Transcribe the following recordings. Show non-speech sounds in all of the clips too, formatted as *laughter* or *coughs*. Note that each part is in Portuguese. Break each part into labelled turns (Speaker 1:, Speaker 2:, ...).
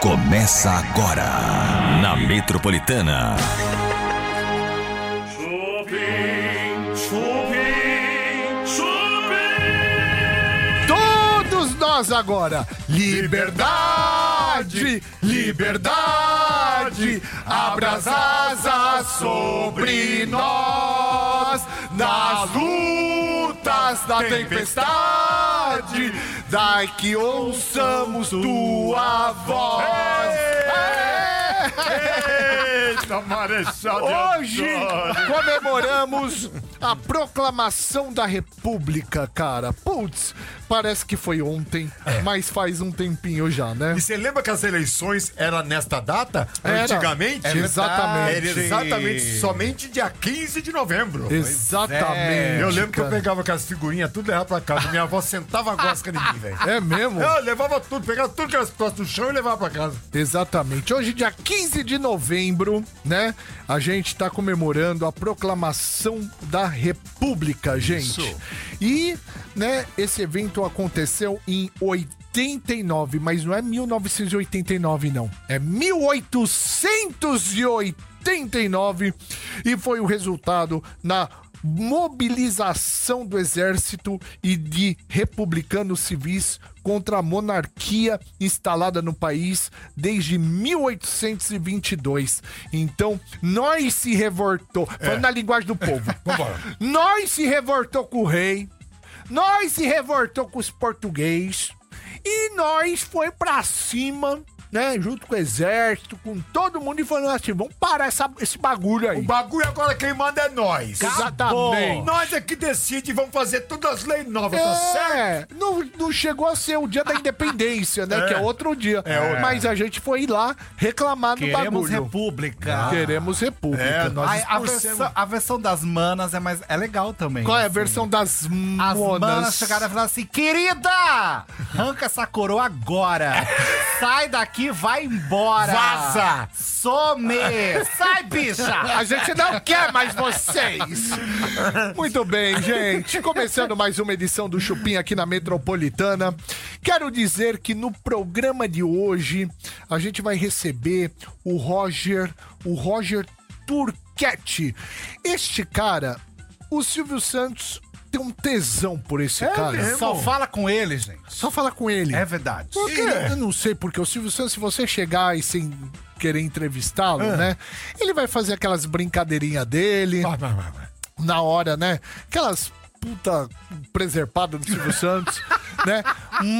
Speaker 1: Começa agora na Metropolitana.
Speaker 2: Chupim, chupim, chupim.
Speaker 3: Todos nós agora. Liberdade, liberdade, abra as asas sobre nós. Nas lutas da tempestade, dai que ouçamos tua voz.
Speaker 2: Eita, marechal de
Speaker 3: Hoje
Speaker 2: Odon.
Speaker 3: comemoramos a proclamação da República, cara. Putz, parece que foi ontem,
Speaker 4: É.
Speaker 3: mas faz um tempinho já, né?
Speaker 4: E você lembra que as eleições eram nesta data?
Speaker 3: Era.
Speaker 4: Antigamente?
Speaker 3: É verdade.
Speaker 4: Era exatamente, somente dia 15 de novembro.
Speaker 3: Exatamente.
Speaker 4: é. Eu lembro que eu
Speaker 3: cara.
Speaker 4: pegava aquelas figurinhas, tudo levava pra casa. Minha avó sentava a gosca em mim, velho.
Speaker 3: É mesmo?
Speaker 4: Eu levava tudo, pegava tudo que elas costas do chão e levava pra casa.
Speaker 3: Exatamente. Hoje, dia 15 de novembro, né? A gente tá comemorando a proclamação da República, gente. E, né, esse evento aconteceu em 89, mas não é 1989, não. É 1889 e foi o resultado na mobilização do exército e de republicanos civis contra a monarquia instalada no país desde 1822. Então, nós se revoltou,
Speaker 2: É.
Speaker 3: falando na linguagem do povo.
Speaker 2: *laughs*
Speaker 4: Vambora.
Speaker 3: nós se revoltou com o rei, nós se revoltou com os portugueses e nós foi pra cima, né, junto com o exército, com todo mundo e falando assim, vamos parar essa- esse bagulho aí.
Speaker 4: O bagulho agora quem manda é nós.
Speaker 3: Exatamente.
Speaker 4: Nós é que decide, vamos fazer todas as leis novas, tá certo?
Speaker 3: É, não, não chegou a ser o dia *laughs* da independência, né?
Speaker 4: É.
Speaker 3: Que é outro dia.
Speaker 4: É, é.
Speaker 3: Mas a gente foi lá reclamar do
Speaker 5: Queremos
Speaker 3: bagulho.
Speaker 5: República.
Speaker 3: Queremos república.
Speaker 4: É, nós
Speaker 5: A, a
Speaker 4: expulsamos.
Speaker 5: versão, a versão das manas é, mais, é legal também.
Speaker 3: Qual é a
Speaker 5: assim.
Speaker 3: versão das
Speaker 5: As manas
Speaker 3: monas?
Speaker 5: chegaram e falaram assim: querida, arranca essa coroa
Speaker 4: *laughs*
Speaker 5: agora. Sai daqui, vai embora.
Speaker 4: Vaza.
Speaker 5: Some. Sai, bicha.
Speaker 3: A gente não quer mais vocês! Muito bem, gente. Começando mais uma edição do Chupim aqui na Metropolitana. Quero dizer que no programa de hoje a gente vai receber o Roger, o Roger Turquete. Este cara, o Silvio Santos tem um tesão por esse
Speaker 5: É
Speaker 3: cara.
Speaker 5: Só fala com ele, gente.
Speaker 3: Só falar com ele.
Speaker 5: É verdade.
Speaker 3: Por quê? Eu não sei, porque o Silvio Santos, se você chegar e sem querer entrevistá-lo, né? Ele vai fazer aquelas brincadeirinhas dele,
Speaker 4: Vai, vai, vai, vai.
Speaker 3: na hora, né? Aquelas puta preservada do Silvio Santos, né?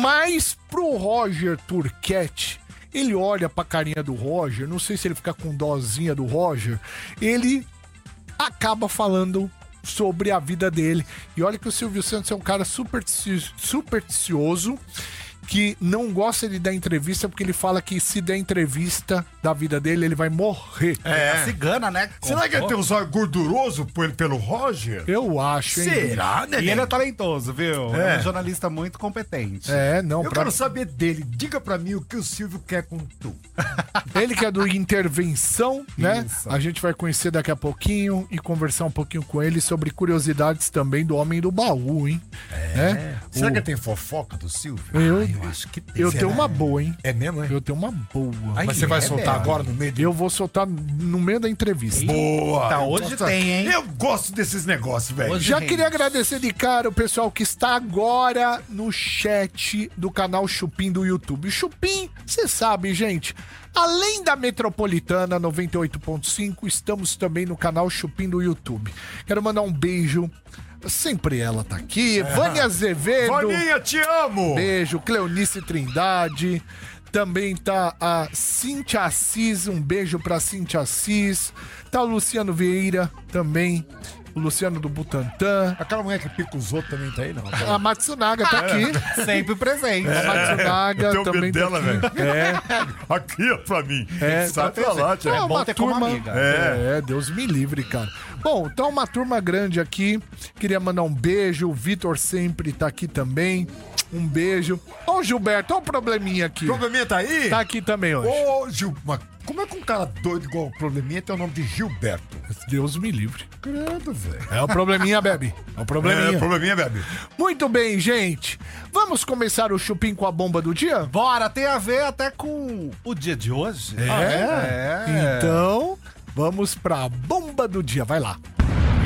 Speaker 3: Mas pro Roger Turquette, ele olha pra carinha do Roger, não sei se ele fica com dozinha do Roger, ele acaba falando sobre a vida dele. E olha que o Silvio Santos é um cara supersti- supersticioso que não gosta de dar entrevista porque ele fala que se der entrevista da vida dele, ele vai morrer.
Speaker 5: É A cigana, né?
Speaker 4: É. Será que ele tem um zóio gorduroso por- pelo Roger?
Speaker 3: Eu acho, hein?
Speaker 4: Será, né?
Speaker 5: E ele é talentoso, viu?
Speaker 4: É.
Speaker 5: É um jornalista muito competente.
Speaker 3: É, não,
Speaker 4: Eu quero saber dele. Diga pra mim o que o Silvio quer com tu.
Speaker 3: *laughs* Ele que é do Intervenção, né?
Speaker 5: Isso.
Speaker 3: A gente vai conhecer daqui a pouquinho e conversar um pouquinho com ele sobre curiosidades também do Homem do Baú, hein? Né?
Speaker 4: Será
Speaker 3: O-
Speaker 4: que tem fofoca do Silvio?
Speaker 3: Eu-
Speaker 4: Ah, eu acho que tem.
Speaker 3: Eu
Speaker 4: Será?
Speaker 3: tenho uma boa, hein?
Speaker 4: É mesmo, é?
Speaker 3: Eu tenho É uma boa.
Speaker 4: Mas você vai soltar agora no meio do...
Speaker 3: Eu vou soltar no meio da entrevista.
Speaker 4: Boa!
Speaker 5: Tá,
Speaker 4: Eu
Speaker 5: hoje
Speaker 4: gosto-
Speaker 5: tem, hein?
Speaker 4: Eu gosto desses negócios, velho.
Speaker 5: Hoje-
Speaker 3: Já
Speaker 5: gente.
Speaker 3: queria agradecer de cara o pessoal que está agora no chat do canal Chupim do YouTube. Chupim, você sabe, gente, além da Metropolitana 98.5, estamos também no canal Chupim do YouTube. Quero mandar um beijo. Sempre ela tá aqui. Vânia Azevedo.
Speaker 4: Boninha, te amo!
Speaker 3: Beijo, Cleonice Trindade. Também tá a Cintia Assis, um beijo pra Cintia Assis. Tá o Luciano Vieira também, o Luciano do Butantã.
Speaker 4: Aquela mulher que pica os outros também tá aí, não? É.
Speaker 3: A Matsunaga tá aqui.
Speaker 5: Sempre presente.
Speaker 3: A Matsunaga
Speaker 4: Eu tenho
Speaker 3: também
Speaker 4: medo
Speaker 3: tá
Speaker 4: dela,
Speaker 3: aqui.
Speaker 6: *laughs*
Speaker 3: É,
Speaker 4: Aqui é pra mim.
Speaker 3: É,
Speaker 4: Sai pra lá, tia.
Speaker 3: é
Speaker 5: bom
Speaker 3: uma
Speaker 5: ter como
Speaker 3: turma.
Speaker 5: amiga.
Speaker 3: É. Deus me livre, cara. Bom, tá uma turma grande aqui. Queria mandar um beijo. O Vitor sempre tá aqui também. Um beijo. Ó, o Gilberto, ó, o probleminha aqui.
Speaker 4: O probleminha tá aí?
Speaker 3: Tá aqui também hoje.
Speaker 4: Ô, Gil, mas Como é que um cara doido igual o Probleminha tem o nome de Gilberto?
Speaker 7: Deus me livre.
Speaker 4: Credo, velho.
Speaker 7: É o probleminha, Bebe. É o probleminha.
Speaker 4: É, probleminha, bebe.
Speaker 7: Muito bem, gente. Vamos começar o chupim com a bomba do dia?
Speaker 5: Bora, tem a ver até com É. o dia de hoje.
Speaker 4: Ah,
Speaker 7: É?
Speaker 4: É.
Speaker 7: Então, vamos pra bomba do dia. Vai lá.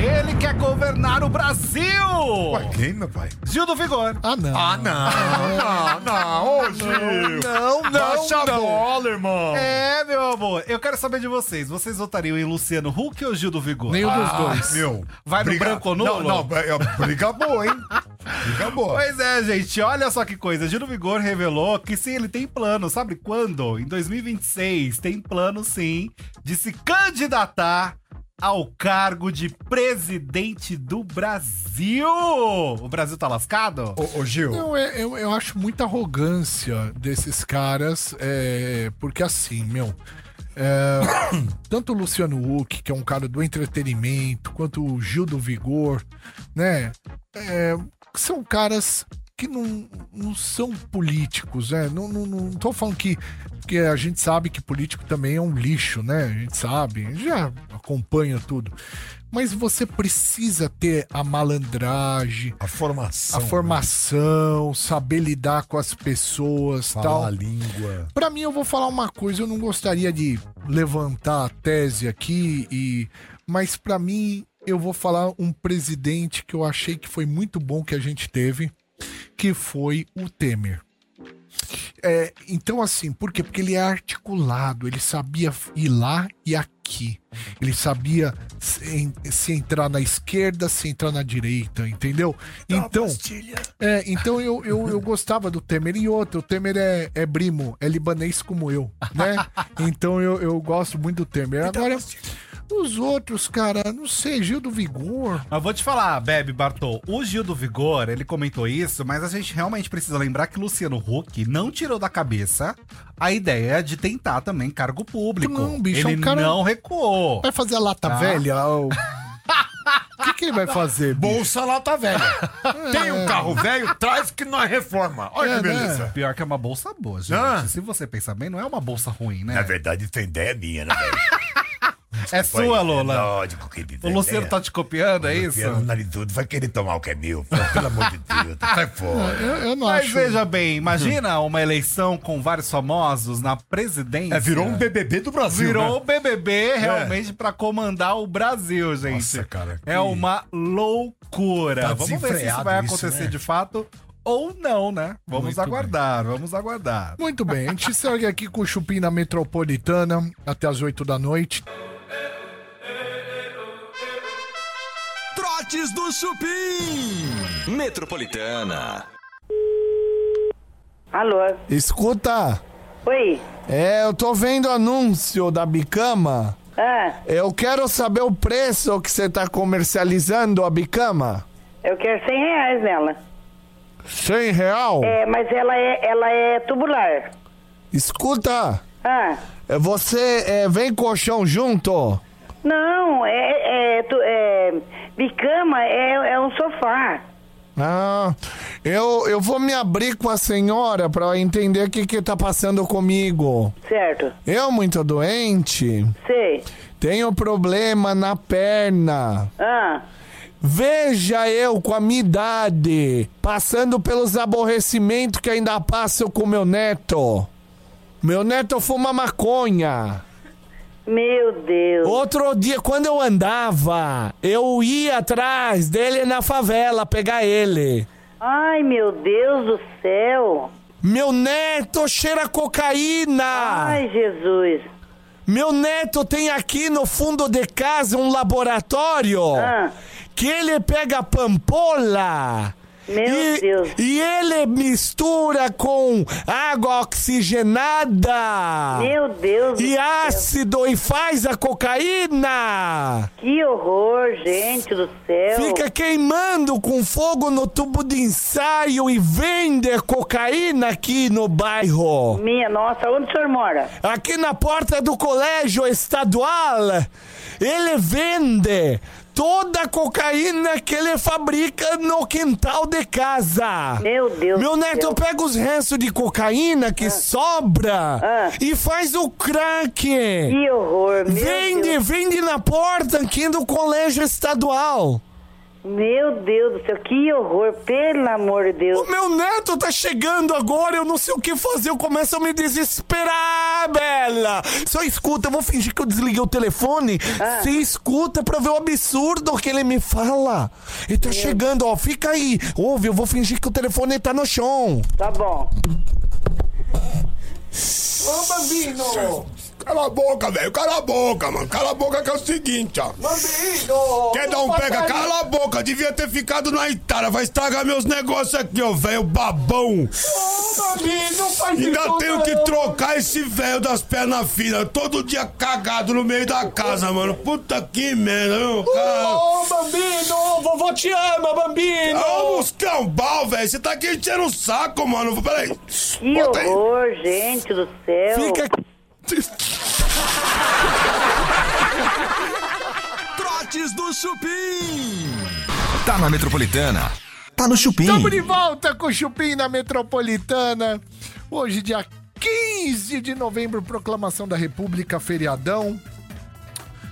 Speaker 5: Ele quer governar o Brasil!
Speaker 4: Então. Ué, quem, meu pai?
Speaker 5: Gil do Vigor.
Speaker 7: Ah, não.
Speaker 4: não, não, ô Gil.
Speaker 7: não, não,
Speaker 4: Baixa a bola, irmão.
Speaker 5: É, meu amor. Eu quero saber de vocês. Vocês votariam em Luciano Huck ou Gil do Vigor?
Speaker 7: Nenhum dos
Speaker 4: Ah,
Speaker 7: dois.
Speaker 4: Meu,
Speaker 5: Vai no
Speaker 4: briga-
Speaker 5: branco ou
Speaker 4: Não,
Speaker 5: nulo?
Speaker 4: não, é, briga boa, hein? Briga boa.
Speaker 5: Pois é, gente, olha só que coisa. Gil do Vigor revelou que sim, ele tem plano, sabe quando? Em 2026, tem plano sim de se candidatar ao cargo de presidente do Brasil. O Brasil tá lascado?
Speaker 4: Ô, ô, Gil,
Speaker 7: Não, é- eu, eu acho muita arrogância desses caras, é, porque assim, meu. é, *coughs* tanto o Luciano Huck, que é um cara do entretenimento, quanto o Gil do Vigor, né? é, são caras que não, não são políticos, né? Não, não, não tô falando que. Porque a gente sabe que político também é um lixo, né? A gente sabe, a gente já acompanha tudo. Mas você precisa ter a malandragem,
Speaker 4: a formação.
Speaker 7: a formação, saber lidar com as pessoas,
Speaker 4: Falar
Speaker 7: tal.
Speaker 4: a língua.
Speaker 7: Pra mim, eu vou falar uma coisa, eu não gostaria de levantar a tese aqui, e mas pra mim, eu vou falar um presidente que eu achei que foi muito bom que a gente teve, que foi o Temer. É, então, assim, por quê? Porque ele é articulado, ele sabia ir lá e aqui. Ele sabia se, en- se entrar na esquerda, se entrar na direita, entendeu? Então, é, então eu, eu, eu gostava do Temer. E outro, o Temer é, é brimo, é libanês como eu, né? Então eu, eu gosto muito do Temer. Agora, os outros, cara, não sei, Gil do Vigor.
Speaker 5: Mas vou te falar, Bebe Bartol, o Gil do Vigor, ele comentou isso, mas a gente realmente precisa lembrar que Luciano Huck não tirou da cabeça a ideia de tentar também cargo público.
Speaker 7: Não, bicho, é
Speaker 5: ele
Speaker 7: um cara-
Speaker 5: não recuou.
Speaker 7: Vai fazer a lata
Speaker 3: Ah.
Speaker 7: velha? Ah, O que, que ele vai fazer? bicho?
Speaker 4: Bolsa lata velha. *laughs* Tem um carro velho, traz que nós reforma. Olha
Speaker 7: É,
Speaker 4: que beleza.
Speaker 7: né?
Speaker 5: Pior que é uma bolsa boa, gente.
Speaker 4: Ah.
Speaker 5: Se você pensar bem, não é uma bolsa ruim, né?
Speaker 6: Na verdade, essa ideia é minha, né, velho?
Speaker 5: É sua,
Speaker 6: Foi, é
Speaker 5: Lola.
Speaker 6: Lógico que ele
Speaker 5: O Luciano tá te copiando, é isso?
Speaker 8: tá-
Speaker 6: Piano narisudo vai querer tomar o que é meu. Pelo amor de Deus, sai fora.
Speaker 7: Eu, eu não
Speaker 5: Mas
Speaker 7: acho.
Speaker 5: veja bem, imagina uma eleição com vários famosos na presidência.
Speaker 4: É, virou um BBB do Brasil.
Speaker 5: Virou um
Speaker 4: né?
Speaker 5: o BBB realmente pra comandar o Brasil, gente.
Speaker 4: Nossa, cara, que-
Speaker 5: É uma loucura.
Speaker 4: Tá
Speaker 5: Vamos ver se isso
Speaker 4: desenfreado
Speaker 5: vai
Speaker 4: isso,
Speaker 5: acontecer
Speaker 4: né?
Speaker 5: de fato ou não, né? Vamos
Speaker 4: Muito
Speaker 5: aguardar, vamos aguardar.
Speaker 7: Muito bem, a gente segue aqui com o Chupim na Metropolitana até as 8 da noite.
Speaker 1: Trotes do Chupim. Metropolitana.
Speaker 9: Alô?
Speaker 3: Escuta,
Speaker 9: Oi?
Speaker 3: é, eu tô vendo anúncio da Bicama.
Speaker 9: Ah,
Speaker 3: Eu quero saber o preço que você tá comercializando a Bicama.
Speaker 9: eu quero 100 reais nela.
Speaker 3: 100 real?
Speaker 9: É, mas ela é, ela é tubular.
Speaker 3: Escuta,
Speaker 9: Ah,
Speaker 3: é, você é, vem colchão junto?
Speaker 9: não, é, é, tu- é bicama é, é um sofá.
Speaker 3: Ah, eu, eu vou me abrir com a senhora pra entender o que que tá passando comigo.
Speaker 9: Certo,
Speaker 3: Eu muito doente,
Speaker 9: sei.
Speaker 3: tenho problema na perna.
Speaker 9: Ah,
Speaker 3: Veja eu com a minha idade, passando pelos aborrecimentos que ainda passo com meu neto. Meu neto fuma maconha.
Speaker 9: meu Deus.
Speaker 3: Outro dia, quando eu andava, eu ia atrás dele na favela pegar ele.
Speaker 9: Ai, meu Deus do céu.
Speaker 3: Meu neto cheira cocaína.
Speaker 9: Ai, Jesus.
Speaker 3: Meu neto tem aqui no fundo de casa um laboratório
Speaker 9: Ah.
Speaker 3: que ele pega pampola.
Speaker 9: Meu
Speaker 3: e,
Speaker 9: Deus.
Speaker 3: e ele mistura com água oxigenada
Speaker 9: Meu Deus
Speaker 3: ah.
Speaker 9: do
Speaker 3: e
Speaker 9: céu.
Speaker 3: ácido e faz a cocaína.
Speaker 9: Que horror, gente do céu.
Speaker 3: Fica queimando com fogo no tubo de ensaio e vende cocaína aqui no bairro.
Speaker 9: Minha nossa, onde o senhor mora?
Speaker 3: Aqui na porta do colégio estadual, ele vende toda a cocaína que ele fabrica no quintal de casa.
Speaker 9: Meu Deus
Speaker 3: Meu
Speaker 9: do
Speaker 3: neto
Speaker 9: céu.
Speaker 3: pega os restos de cocaína que sobra
Speaker 9: Ah.
Speaker 3: e faz o crack.
Speaker 9: Que horror, meu
Speaker 3: Vende,
Speaker 9: Deus.
Speaker 3: vende na porta aqui do colégio estadual.
Speaker 9: Meu Deus do céu, que horror, pelo amor de
Speaker 3: O
Speaker 9: Deus.
Speaker 3: meu neto tá chegando agora, eu não sei o que fazer, eu começo a me desesperar, Bela. Só escuta, eu vou fingir que eu desliguei o telefone. Você escuta pra ver o absurdo que ele me fala. Ele tá chegando, ó, fica aí. Ouve, eu vou fingir que o telefone tá no chão.
Speaker 9: Tá bom.
Speaker 3: Ô, Bambino!
Speaker 6: Cala a boca, velho. Cala a boca, mano. Cala a boca que é o seguinte, ó.
Speaker 3: Bambino!
Speaker 6: Quer dar um pega? Cala a boca. Devia ter ficado na Itália. Vai estragar meus negócios aqui, ó, velho babão.
Speaker 3: Bambino, faz
Speaker 6: Ainda tenho que trocar esse velho das pernas finas. Todo dia cagado no meio da casa, mano. Puta que merda, viu? Cara.
Speaker 3: Bambino! Vovô te ama, Bambino!
Speaker 6: Ô, Muscambal, velho. Você tá aqui enchendo o saco, mano. Peraí.
Speaker 9: Que
Speaker 6: Bota aí.
Speaker 9: horror, gente do céu.
Speaker 3: Fica
Speaker 1: Trotes do Chupim. Tá na Metropolitana. Tá no Chupim.
Speaker 7: Estamos de volta com o Chupim na Metropolitana. Hoje, dia 15 de novembro, proclamação da República, feriadão.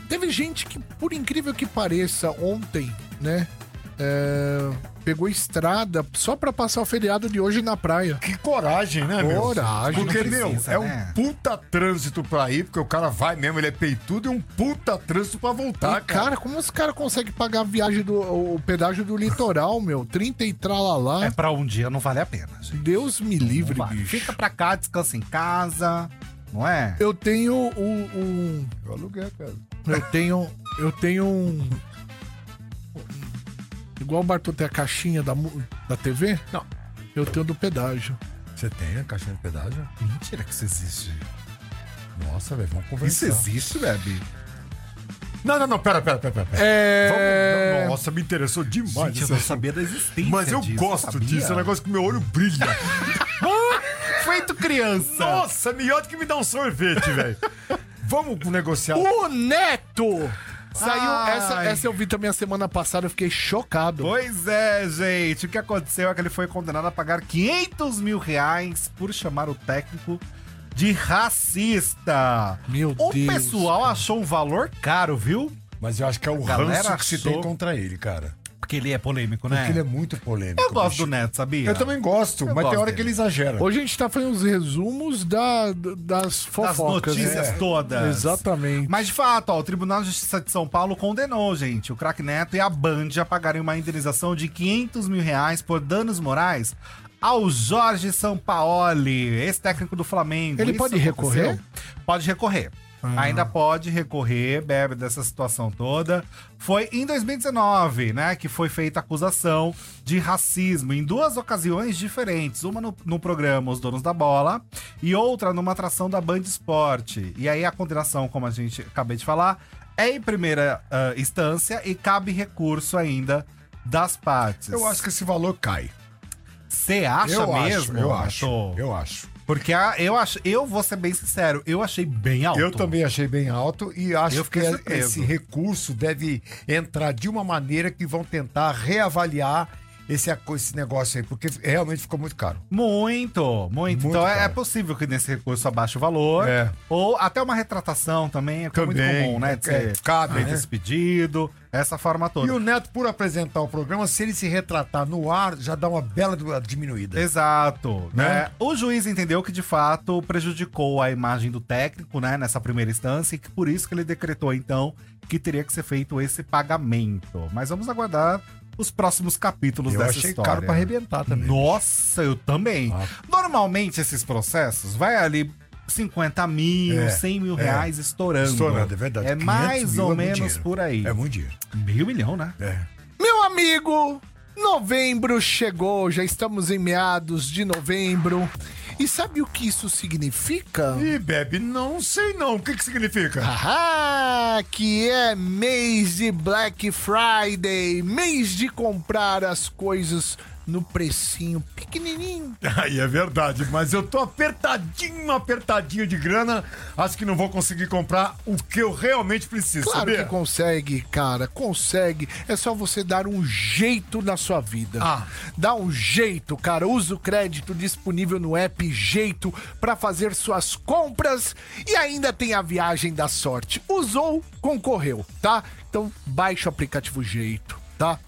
Speaker 7: Teve gente que, por incrível que pareça, ontem, né? é, pegou estrada só pra passar o feriado de hoje na praia.
Speaker 4: Que coragem, né, meu?
Speaker 7: Coragem.
Speaker 4: Porque, meu,
Speaker 5: precisa,
Speaker 4: é
Speaker 5: né?
Speaker 4: um puta trânsito pra ir, porque o cara vai mesmo, ele é peitudo e um puta trânsito pra voltar, cara.
Speaker 7: E, Tá, cara, como os caras conseguem pagar a viagem do o pedágio do litoral, meu? 30 e tralalá.
Speaker 5: É pra um dia, não vale a pena, gente.
Speaker 7: Deus me livre,
Speaker 5: Não vale.
Speaker 7: bicho.
Speaker 5: Fica pra cá, descansa em casa, não é?
Speaker 7: Eu tenho um, um-
Speaker 4: Eu aluguei, cara.
Speaker 7: Eu tenho. Eu tenho um. Igual o Bartô tem a caixinha da, mu- da TV? Não. Eu tenho do pedágio.
Speaker 4: Você tem a caixinha de pedágio?
Speaker 5: Mentira que isso existe.
Speaker 4: Nossa, velho, vamos conversar.
Speaker 5: Isso existe, Bebe?
Speaker 4: Não, não, não, pera, pera, pera, pera.
Speaker 7: É.
Speaker 4: Vamos- não, Nossa, me interessou demais.
Speaker 5: Gente, eu
Speaker 4: isso
Speaker 3: é
Speaker 5: não
Speaker 4: aí.
Speaker 5: sabia da
Speaker 3: assim.
Speaker 5: existência
Speaker 4: Mas eu
Speaker 5: disso,
Speaker 4: gosto
Speaker 5: sabia?
Speaker 4: disso, é um negócio que meu olho brilha.
Speaker 5: *laughs* Feito criança.
Speaker 4: Nossa, melhor do que me dar um sorvete, velho. Vamos negociar.
Speaker 7: O Neto! Saiu.
Speaker 5: Ai.
Speaker 7: Essa, essa eu vi também a semana passada, eu fiquei chocado.
Speaker 5: Pois é, gente. O que aconteceu é que ele foi condenado a pagar 500 mil reais por chamar o técnico de racista.
Speaker 7: Meu
Speaker 5: o
Speaker 7: Deus,
Speaker 5: pessoal achou um valor caro, viu?
Speaker 4: Mas eu acho que é o
Speaker 5: Galera
Speaker 4: ranço que se
Speaker 5: achou-
Speaker 4: tem contra ele, cara.
Speaker 5: Porque ele é polêmico, né?
Speaker 4: Porque ele é muito polêmico.
Speaker 5: Eu gosto
Speaker 4: bicho.
Speaker 5: do Neto, sabia?
Speaker 4: Eu também gosto,
Speaker 5: Eu
Speaker 4: mas tem
Speaker 5: gosto
Speaker 4: hora
Speaker 5: dele.
Speaker 4: que ele exagera.
Speaker 7: Hoje a gente tá fazendo os resumos da, das
Speaker 5: Das
Speaker 7: fofocas.
Speaker 5: notícias
Speaker 7: né?
Speaker 5: todas.
Speaker 7: Exatamente.
Speaker 5: É, Mas de fato, ó, o Tribunal de Justiça de São Paulo condenou, gente, o craque Neto e a Band a pagarem uma indenização de 500 mil reais por danos morais ao Jorge Sampaoli, ex-técnico do Flamengo.
Speaker 7: Ele pode
Speaker 5: aconteceu?
Speaker 7: recorrer?
Speaker 5: Pode recorrer. Ainda pode recorrer, bebe dessa situação toda. Foi em 2019, né, que foi feita a acusação de racismo em duas ocasiões diferentes. Uma no, no programa Os Donos da Bola e outra numa atração da Band Esporte. E aí a condenação, como a gente acabei de falar, é em primeira ah, instância e cabe recurso ainda das partes.
Speaker 4: Eu acho que esse valor cai.
Speaker 5: Você acha
Speaker 4: eu
Speaker 5: mesmo?
Speaker 4: acho, eu acho.
Speaker 5: Arthur?
Speaker 4: Eu acho.
Speaker 5: Porque a- eu acho, eu vou ser bem sincero, eu achei bem alto.
Speaker 4: Eu também achei bem alto e acho
Speaker 5: Eu
Speaker 4: que
Speaker 5: fiquei surpreso.
Speaker 4: esse recurso deve entrar de uma maneira que vão tentar reavaliar esse, aco- esse negócio aí, porque realmente ficou muito caro.
Speaker 5: Muito, muito.
Speaker 4: Muito
Speaker 5: então é,
Speaker 4: caro.
Speaker 5: é possível que nesse recurso abaixe o valor.
Speaker 4: É.
Speaker 5: Ou até uma retratação também, que é muito
Speaker 4: Também,
Speaker 5: comum, né? De
Speaker 4: é,
Speaker 5: ser
Speaker 4: cabe,
Speaker 5: feito
Speaker 4: né?
Speaker 5: esse pedido, essa forma toda.
Speaker 4: E o Neto, por apresentar o programa, se ele se retratar no ar, já dá uma bela du- diminuída.
Speaker 5: Exato.
Speaker 4: Né?
Speaker 5: né? O juiz entendeu que, de fato, prejudicou a imagem do técnico, né, nessa primeira instância, e que por isso que ele decretou, então, que teria que ser feito esse pagamento. Mas vamos aguardar os próximos capítulos
Speaker 4: Eu
Speaker 5: dessa
Speaker 4: achei
Speaker 5: história.
Speaker 4: caro pra arrebentar também.
Speaker 5: Nossa, eu também.
Speaker 4: Ah.
Speaker 5: Normalmente, esses processos vai ali 50 mil,
Speaker 4: É,
Speaker 5: 100 mil
Speaker 4: é.
Speaker 5: reais estourando.
Speaker 4: Estourando, é verdade.
Speaker 5: É
Speaker 4: 500
Speaker 5: mais
Speaker 4: mil
Speaker 5: ou
Speaker 4: é muito
Speaker 5: menos
Speaker 4: dinheiro.
Speaker 5: por aí.
Speaker 4: É muito É. dinheiro.
Speaker 5: Meio milhão, né?
Speaker 7: Meu amigo, novembro chegou, já estamos em meados de novembro. E sabe o que isso significa?
Speaker 4: E Bebe, não sei não. O que que significa?
Speaker 7: Haha, que é mês de Black Friday, mês de comprar as coisas no precinho pequenininho.
Speaker 4: Aí é verdade, mas eu tô apertadinho, apertadinho de grana. Acho que não vou conseguir comprar o que eu realmente preciso,
Speaker 7: Claro
Speaker 4: sabia?
Speaker 7: que consegue, cara, consegue. É só você dar um jeito na sua vida.
Speaker 4: Ah.
Speaker 7: Dá um jeito, cara. Usa o crédito disponível no app Jeito pra fazer suas compras e ainda tem a viagem da sorte. Usou, concorreu, tá? Então baixa o aplicativo Jeito, tá?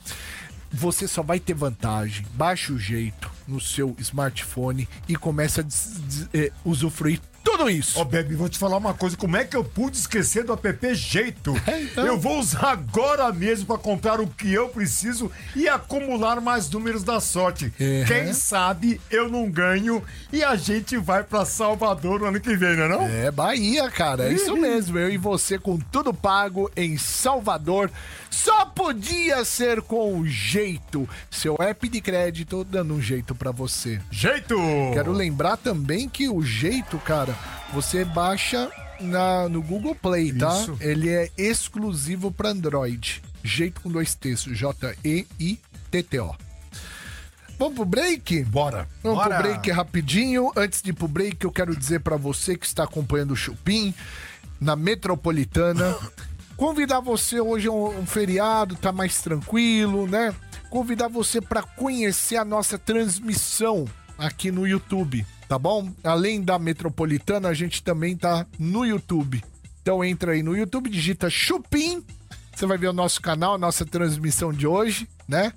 Speaker 7: Você só vai ter vantagem. Baixa o Jeito no seu smartphone e começa a des- des- eh, usufruir tudo isso.
Speaker 4: Ó, Bebe, vou te falar uma coisa. Como é que eu pude esquecer do app Jeito?
Speaker 7: É, então.
Speaker 4: Eu vou usar agora mesmo pra comprar o que eu preciso e acumular mais números da sorte.
Speaker 7: É.
Speaker 4: Quem sabe eu não ganho e a gente vai pra Salvador no ano que vem, não é não?
Speaker 7: É Bahia, cara. É isso mesmo. Eu e você com tudo pago em Salvador. Só podia ser com o jeito. Seu app de crédito dando um jeito pra você.
Speaker 4: Jeito!
Speaker 7: Quero lembrar também que o jeito, cara, você baixa na, no Google Play, tá?
Speaker 4: Isso.
Speaker 7: Ele é exclusivo pra Android. Jeito com dois T's, J-E-I-T-T-O. Vamos pro break?
Speaker 4: Bora.
Speaker 7: Vamos
Speaker 5: Bora.
Speaker 7: pro break rapidinho. Antes de ir pro break, eu quero dizer pra você que está acompanhando o Chupim na Metropolitana, convidar você hoje é um, um feriado, tá mais tranquilo, né? Convidar você pra conhecer a nossa transmissão aqui no YouTube, tá bom? Além da Metropolitana, a gente também tá no YouTube. Então entra aí no YouTube, digita Chupim, você vai ver o nosso canal, a nossa transmissão de hoje, né?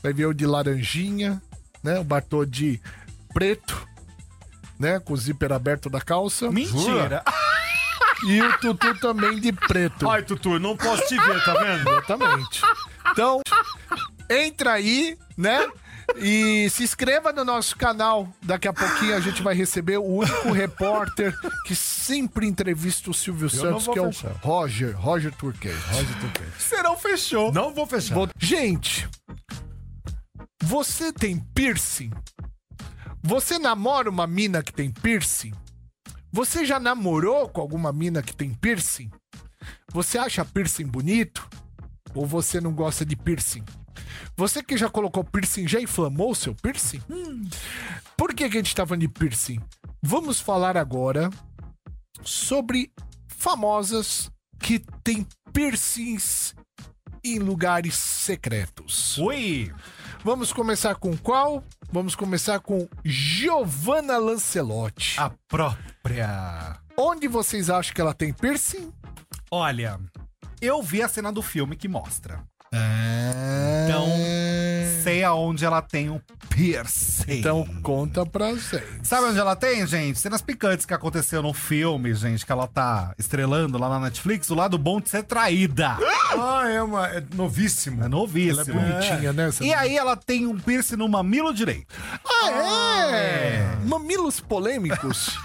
Speaker 7: Vai ver o de laranjinha, né? O Bartô de preto, né? Com o zíper aberto da calça.
Speaker 5: Mentira.
Speaker 7: E o Tutu também de preto.
Speaker 8: Ai, Tutu, eu não posso te ver, tá vendo?
Speaker 7: Exatamente. Então, entra aí, né? E se inscreva no nosso canal. Daqui a pouquinho a gente vai receber o único repórter que sempre entrevista o Silvio Santos,
Speaker 4: vou
Speaker 7: que é o
Speaker 4: fechar.
Speaker 7: Roger, Roger Turquete.
Speaker 5: Serão fechou.
Speaker 4: Não vou fechar.
Speaker 7: Vou- Gente, você tem piercing? Você namora uma mina que tem piercing? Você já namorou com alguma mina que tem piercing? Você acha piercing bonito? Ou você não gosta de piercing? Você que já colocou piercing já inflamou o seu piercing? Por que, que a gente tá falando de piercing? Vamos falar agora sobre famosas que têm piercings em lugares secretos.
Speaker 5: Ui.
Speaker 7: Vamos começar com qual? Vamos começar com Giovanna Lancelotti.
Speaker 5: A própria.
Speaker 7: Onde vocês acham que ela tem piercing?
Speaker 5: Olha, eu vi a cena do filme que mostra.
Speaker 4: É.
Speaker 5: Então, sei aonde ela tem o piercing.
Speaker 7: Então conta pra vocês.
Speaker 5: Sabe onde ela tem, gente? Cenas picantes que aconteceu no filme, gente, que ela tá estrelando lá na Netflix, o lado bom de
Speaker 4: *laughs*
Speaker 5: ser traída.
Speaker 4: Ah, é uma. É novíssimo.
Speaker 5: É novíssimo.
Speaker 7: Bonitinha, né? essa
Speaker 5: E aí ela tem um piercing no mamilo direito.
Speaker 7: Ah, é! Mamilos
Speaker 5: *laughs*
Speaker 7: polêmicos.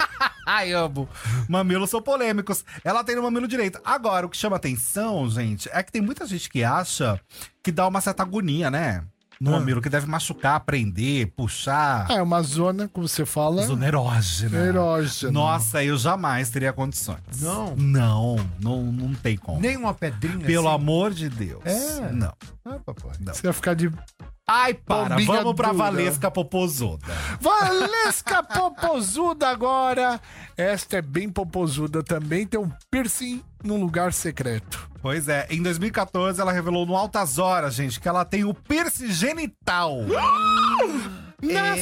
Speaker 5: Ai, amo. Mamilos são polêmicos. Ela tem no mamilo direito. Agora, o que chama atenção, gente, é que tem muita gente que acha que dá uma certa agonia, né? No mamilo, que deve machucar, prender, puxar.
Speaker 7: ah, é uma zona, como você fala.
Speaker 5: Zona erógena.
Speaker 7: Erógena.
Speaker 5: Nossa, eu jamais teria condições.
Speaker 4: Não?
Speaker 5: Não, não, não tem como.
Speaker 4: Nem uma pedrinha.
Speaker 5: Pelo
Speaker 4: assim.
Speaker 5: amor de Deus.
Speaker 4: É?
Speaker 5: Não.
Speaker 4: Ah, papai.
Speaker 7: Você vai ficar de.
Speaker 5: Ai, para.
Speaker 7: Bombinha
Speaker 5: Vamos pra
Speaker 7: dura.
Speaker 5: Valesca Popozuda. *laughs*
Speaker 7: Valesca Popozuda agora! Esta é bem popozuda também, tem um piercing num lugar secreto.
Speaker 5: Pois é, em 2014 ela revelou no Altas Horas, gente, que ela tem o piercing genital.
Speaker 7: Na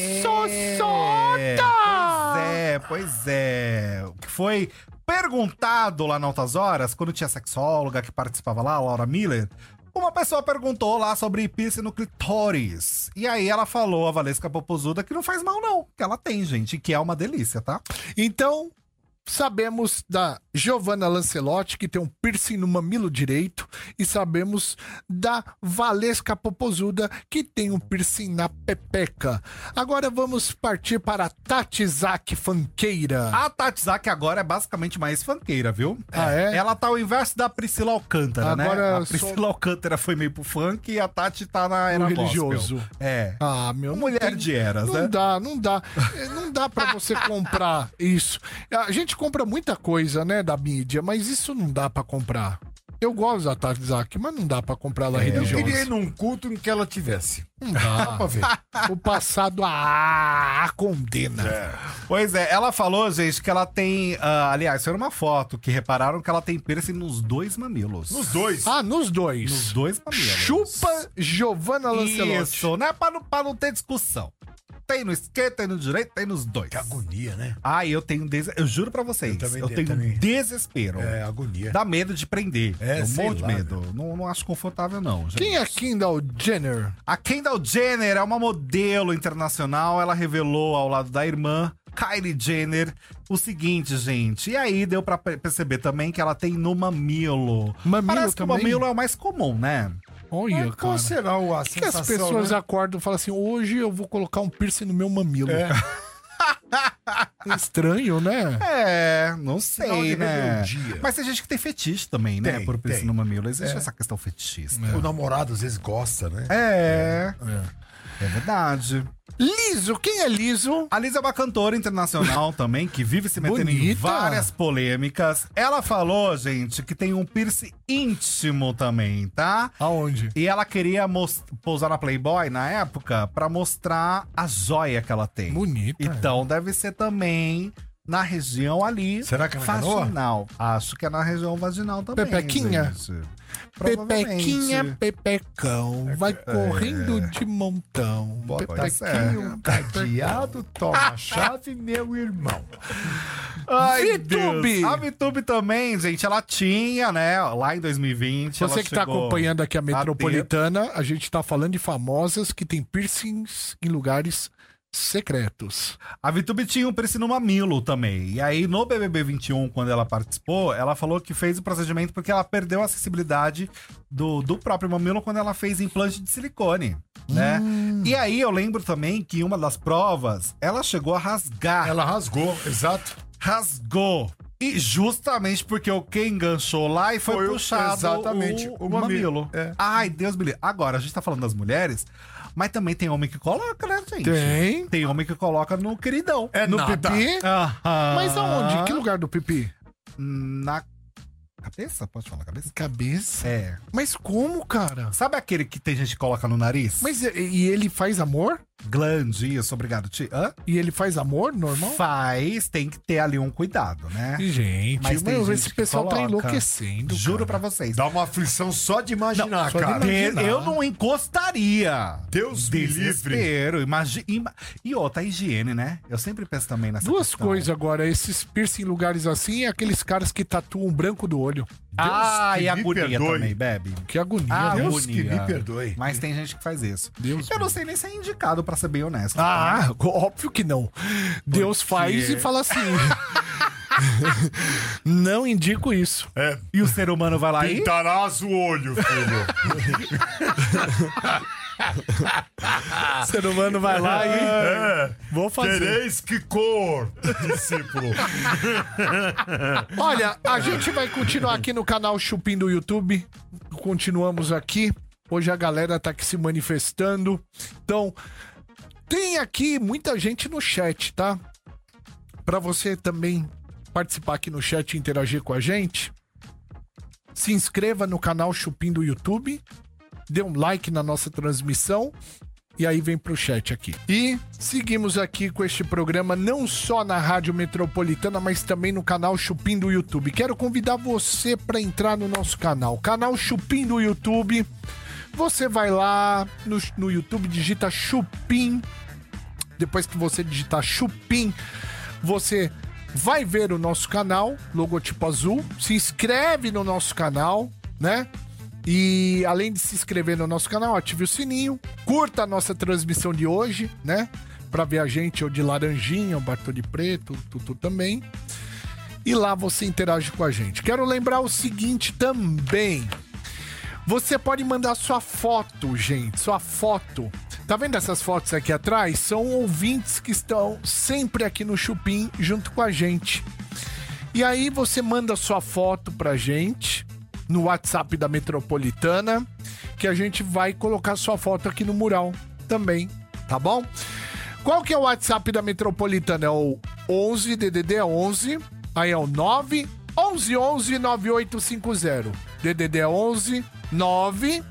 Speaker 5: É, Pois é, pois é. O que foi perguntado lá na Altas Horas, quando tinha a sexóloga que participava lá, a Laura Miller, uma pessoa perguntou lá sobre piercing no clitóris. E aí ela falou, a Valesca Popozuda, que não faz mal não, que ela tem, gente, e que é uma delícia, tá?
Speaker 7: Então, sabemos da Giovanna Lancelotti, que tem um piercing no mamilo direito, e sabemos da Valesca Popozuda, que tem um piercing na pepeca. Agora vamos partir para a Tati Zak Fanqueira.
Speaker 5: A Tati Zaki agora é basicamente mais funkeira, viu?
Speaker 7: Ah, é?
Speaker 5: Ela tá ao invés da Priscila Alcântara,
Speaker 7: Agora
Speaker 5: né? A
Speaker 7: sou-
Speaker 5: Priscila Alcântara foi meio pro funk e a Tati tá na era
Speaker 7: No
Speaker 5: gospel.
Speaker 7: religioso.
Speaker 5: É.
Speaker 7: Ah, meu, não
Speaker 5: Mulher
Speaker 7: tem-
Speaker 5: de eras,
Speaker 7: não
Speaker 5: né?
Speaker 7: dá, não dá. É, Não dá pra
Speaker 5: *laughs*
Speaker 7: você comprar isso. A gente compra muita coisa, né, da mídia, mas isso não dá pra comprar. Eu gosto da Tati Zaki, mas não dá pra comprar
Speaker 5: É,
Speaker 7: ela
Speaker 4: Eu
Speaker 7: religiosa.
Speaker 4: queria ir num culto em que ela tivesse.
Speaker 7: Não dá.
Speaker 4: Pra ver.
Speaker 7: O passado a, a condena.
Speaker 5: Pois é, ela falou, gente, que ela tem. ah, aliás, foi numa foto que repararam que ela tem piercing nos dois mamilos.
Speaker 8: Nos dois.
Speaker 7: Ah, nos dois.
Speaker 5: Nos dois mamilos.
Speaker 7: Chupa Giovanna Lancelotti.
Speaker 5: Isso, né? Pra não, pra não ter discussão. Tem no esquerdo, tem no direito, tem nos dois.
Speaker 4: Que agonia, né?
Speaker 5: Ah, eu tenho des... Eu juro pra vocês,
Speaker 4: Eu também
Speaker 5: eu
Speaker 4: tenho,
Speaker 5: tenho
Speaker 4: também.
Speaker 5: desespero.
Speaker 4: É, agonia.
Speaker 5: Dá medo de prender.
Speaker 4: É,
Speaker 5: É, um
Speaker 4: sei
Speaker 5: monte de
Speaker 4: lá, né?
Speaker 5: medo. Não, não acho confortável, não. gente.
Speaker 7: Quem é Kendall Jenner?
Speaker 5: A Kendall Jenner é uma modelo internacional. Ela revelou ao lado da irmã, Kylie Jenner, o seguinte, gente. E aí deu pra pe- perceber também que ela tem no mamilo.
Speaker 7: Mamilo
Speaker 5: Parece
Speaker 7: também?
Speaker 5: que o mamilo é o mais comum, né?
Speaker 7: Olha,
Speaker 4: Mas
Speaker 7: cara.
Speaker 4: qual será o- a
Speaker 7: que
Speaker 4: sensação,
Speaker 7: as pessoas
Speaker 4: né?
Speaker 7: acordam e falam assim: hoje eu vou colocar um piercing no meu mamilo. *laughs* Estranho, né?
Speaker 5: É, não
Speaker 4: Sinal de
Speaker 5: sei, né?
Speaker 4: rebeldia.
Speaker 5: Mas tem gente que tem fetiche também, né?
Speaker 4: Tem,
Speaker 5: Por piercing
Speaker 4: tem. É.
Speaker 5: no mamilo. Existe essa questão fetichista.
Speaker 4: O namorado às vezes gosta, né?
Speaker 5: É, é verdade.
Speaker 7: Liso, quem é liso?
Speaker 5: A Liz é uma cantora
Speaker 7: *laughs*
Speaker 5: internacional também, que vive se metendo em
Speaker 7: Bonita.
Speaker 5: várias polêmicas. Ela falou, gente, que tem um piercing íntimo também, tá?
Speaker 7: Aonde?
Speaker 5: E ela queria mos- pousar na Playboy na época pra mostrar a joia que ela tem.
Speaker 7: Bonita. é.
Speaker 5: Então deve ser também na região ali.
Speaker 4: Será que é na canoa?
Speaker 5: vaginal? Acho que é na região vaginal também.
Speaker 7: Pepequinha?
Speaker 5: gente.
Speaker 7: Pepequinha,
Speaker 5: Provavelmente. É
Speaker 7: Pepecão, vai correndo de montão.
Speaker 5: Tá certo.
Speaker 7: Pepequinho,
Speaker 4: Cadeado, toma a chave, meu irmão.
Speaker 5: Ai,
Speaker 7: VTube.
Speaker 5: Deus. A VTube também, gente, ela tinha, né, lá em 2020.
Speaker 7: Você
Speaker 5: ela
Speaker 7: que tá
Speaker 5: chegou
Speaker 7: acompanhando aqui a
Speaker 5: ter-
Speaker 7: Metropolitana, a gente tá falando de famosas que tem piercings em lugares secretos.
Speaker 5: A VTube tinha um preço no mamilo também. E aí, no BBB 21, quando ela participou, ela falou que fez o procedimento porque ela perdeu a acessibilidade do, do próprio mamilo quando ela fez implante de silicone, né?
Speaker 7: Hum.
Speaker 5: E aí, eu lembro também que em uma das provas, ela chegou a rasgar.
Speaker 4: Ela rasgou, exato.
Speaker 5: rasgou. E justamente porque o que enganchou lá e foi,
Speaker 4: Foi o-
Speaker 5: puxado
Speaker 4: exatamente,
Speaker 5: o,
Speaker 4: o
Speaker 5: o
Speaker 4: mamilo.
Speaker 5: mamilo.
Speaker 4: É.
Speaker 5: Ai, Deus me livre. Agora, a gente tá falando das mulheres, mas também tem homem que coloca, né, gente?
Speaker 7: Tem.
Speaker 5: Tem homem que coloca no queridão.
Speaker 4: É
Speaker 7: no
Speaker 4: nada.
Speaker 7: pipi?
Speaker 5: Aham.
Speaker 7: Mas aonde? Que lugar do pipi?
Speaker 5: Na cabeça? Pode falar cabeça?
Speaker 7: Cabeça.
Speaker 5: É.
Speaker 7: Mas como, cara?
Speaker 5: Sabe aquele que tem gente que coloca no nariz?
Speaker 7: Mas e- e ele faz amor?
Speaker 5: Glande, isso, obrigado, Ti. Hã?
Speaker 7: E ele faz amor normal?
Speaker 5: Faz, tem que ter ali um cuidado, né?
Speaker 7: Gente,
Speaker 5: Mas
Speaker 7: mas
Speaker 5: tem gente
Speaker 7: esse
Speaker 5: que
Speaker 7: pessoal tá
Speaker 5: coloca.
Speaker 7: enlouquecendo.
Speaker 5: Juro
Speaker 7: cara.
Speaker 5: pra vocês.
Speaker 4: Dá uma aflição só de imaginar,
Speaker 7: Não, só de
Speaker 4: cara.
Speaker 7: imaginar.
Speaker 5: Eu- Eu não encostaria.
Speaker 4: Deus me livre.
Speaker 5: Desespero. Imagi ima- E outra, a higiene, né? Eu sempre penso também nessa
Speaker 7: Duas
Speaker 5: questão.
Speaker 7: coisas agora, esses piercing em lugares assim e aqueles caras que tatuam um branco do olho.
Speaker 5: ah,
Speaker 4: Deus
Speaker 5: e
Speaker 4: que
Speaker 5: a
Speaker 4: me
Speaker 5: agonia
Speaker 4: perdoe.
Speaker 5: também, bebe.
Speaker 7: Que agonia.
Speaker 5: Ah,
Speaker 7: né?
Speaker 4: Deus que
Speaker 5: agonia.
Speaker 4: me perdoe.
Speaker 5: Mas tem gente que faz isso.
Speaker 7: Deus
Speaker 5: Eu não sei nem se é indicado, pra ser bem honesto.
Speaker 7: Ah, *laughs* óbvio que não. Deus faz e fala assim. não indico isso.
Speaker 5: E o ser humano vai lá e...
Speaker 4: Pintarás o
Speaker 8: *laughs*
Speaker 4: olho, filho.
Speaker 7: O ser humano vai lá e.
Speaker 4: É,
Speaker 7: Vou fazer.
Speaker 4: Tereis que cor, discípulo.
Speaker 7: *laughs* Olha, a gente vai continuar aqui no canal Chupim do YouTube. Continuamos aqui. Hoje a galera tá aqui se manifestando. Então, tem aqui muita gente no chat, tá? Pra você também participar aqui no chat e interagir com a gente, se inscreva no canal Chupim do YouTube, dê um like na nossa transmissão e aí vem pro chat aqui. E seguimos aqui com este programa não só na Rádio Metropolitana, mas também no canal Chupim do YouTube. Quero convidar você para entrar no nosso canal, canal Chupim do YouTube. Você vai lá no, no YouTube, digita Chupim. Depois que você digitar Chupim, você vai ver o nosso canal, logotipo azul, se inscreve no nosso canal, né? E além de se inscrever no nosso canal, ative o sininho, curta a nossa transmissão de hoje, né? Pra ver a gente ou de laranjinha, ou Bartô de Preto, Tutu também. E lá você interage com a gente. Quero lembrar o seguinte também. Você pode mandar sua foto, gente, sua foto. Tá vendo essas fotos aqui atrás? São ouvintes que estão sempre aqui no Chupim junto com a gente. E aí você manda sua foto pra gente no WhatsApp da Metropolitana, que a gente vai colocar sua foto aqui no mural também, tá bom? Qual que é o WhatsApp da Metropolitana? É o 11 DDD é 11, aí é o 9 11 11 9850. DDD é 11 9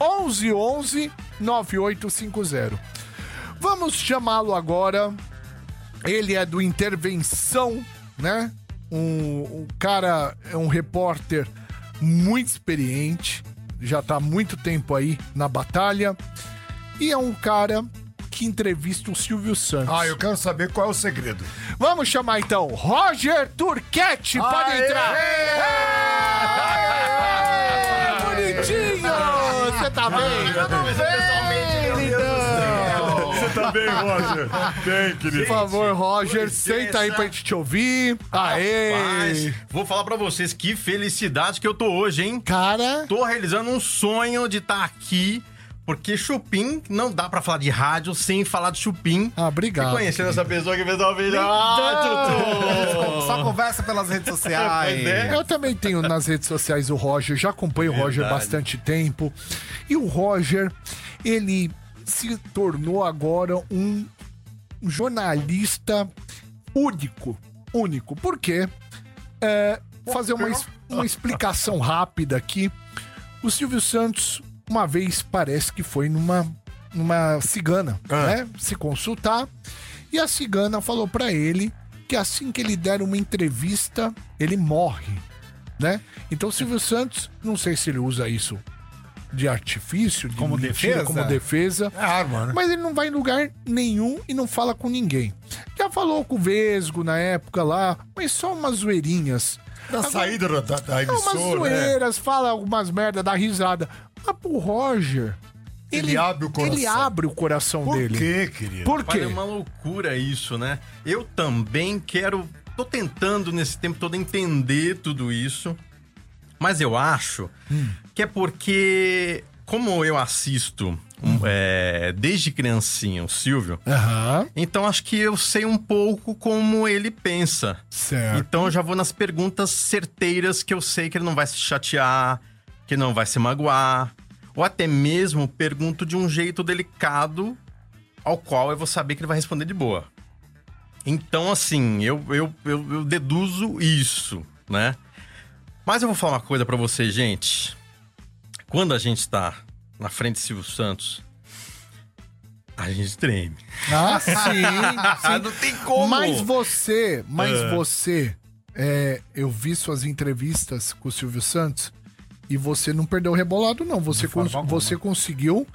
Speaker 7: 11 11 9850. Vamos chamá-lo agora. Ele é do Intervenção, né? Um, um cara, é um repórter muito experiente, já tá há muito tempo aí na batalha. E é um cara que entrevista o Silvio Santos.
Speaker 4: Ah, eu quero saber qual é o segredo.
Speaker 7: Vamos chamar então Roger Turquete para entrar. Aê, Bonitinho! Você tá bem? Queridão!
Speaker 8: Você tá bem, Roger? Bem,
Speaker 7: Por
Speaker 8: querido.
Speaker 7: favor, Roger,
Speaker 10: licença.
Speaker 7: senta aí pra gente te ouvir.
Speaker 10: Mas
Speaker 7: Aê!
Speaker 10: vou falar pra vocês que felicidade que eu tô hoje, hein?
Speaker 7: Cara,
Speaker 10: Tô realizando um sonho de estar aqui, porque Chupim, não dá pra falar de rádio sem falar de Chupim.
Speaker 7: ah,
Speaker 10: E
Speaker 7: obrigado.
Speaker 10: conhecendo essa pessoa que fez uma vida.
Speaker 2: Então,
Speaker 10: Ah,
Speaker 5: Só conversa pelas redes sociais. Tá
Speaker 10: Pois é.
Speaker 7: Eu também tenho nas redes sociais o Roger, já acompanho o Roger há bastante tempo. E o Roger, ele se tornou agora um jornalista único. Único. Por quê? É, fazer uma, es- uma explicação rápida aqui. O Silvio Santos, uma vez, parece que foi numa, numa cigana, né? Se consultar. E a cigana falou pra ele que assim que ele der uma entrevista, ele morre, né? Então o Silvio Santos, não sei se ele usa isso de artifício, de
Speaker 5: Como defesa?
Speaker 7: como defesa.
Speaker 4: É arma, né?
Speaker 7: Mas ele não vai em lugar nenhum e não fala com ninguém. Já falou com o Vesgo na época lá, mas só umas zoeirinhas.
Speaker 4: Na saída da, da, da
Speaker 7: É umas
Speaker 4: emissora, né?
Speaker 7: zoeiras, fala algumas merda, dá risada. Mas pro Roger.
Speaker 4: Ele abre o coração.
Speaker 7: Ele abre o coração
Speaker 4: Por
Speaker 7: dele.
Speaker 4: quê, querido?
Speaker 7: Por quê?
Speaker 10: Olha, é uma loucura isso, né? Eu também quero. Tô tentando nesse tempo todo entender tudo isso. Mas eu acho que é porque, como eu assisto um, é, desde criancinha o Silvio,
Speaker 7: Aham,
Speaker 10: então acho que eu sei um pouco como ele pensa.
Speaker 7: certo.
Speaker 10: Então eu já vou nas perguntas certeiras que eu sei que ele não vai se chatear, que não vai se magoar. Ou até mesmo pergunto de um jeito delicado, ao qual eu vou saber que ele vai responder de boa. Então, assim, eu, eu, eu, eu deduzo isso, né? Mas eu vou falar uma coisa pra vocês, gente. Quando a gente tá na frente de Silvio Santos, a gente treme.
Speaker 7: Ah, sim. sim.
Speaker 10: não tem como!
Speaker 7: Mas você, mas você, é, eu vi suas entrevistas com o Silvio Santos e você não perdeu o rebolado, não. Você, cons- você conseguiu,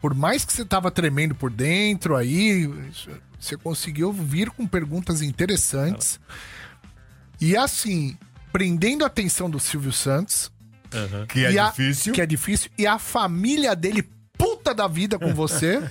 Speaker 7: por mais que você tava tremendo por dentro aí, isso- você conseguiu vir com perguntas interessantes. E assim, prendendo a atenção do Silvio Santos,
Speaker 4: Que é
Speaker 7: e a-
Speaker 4: difícil.
Speaker 7: que é difícil, e a família dele puta da vida com você.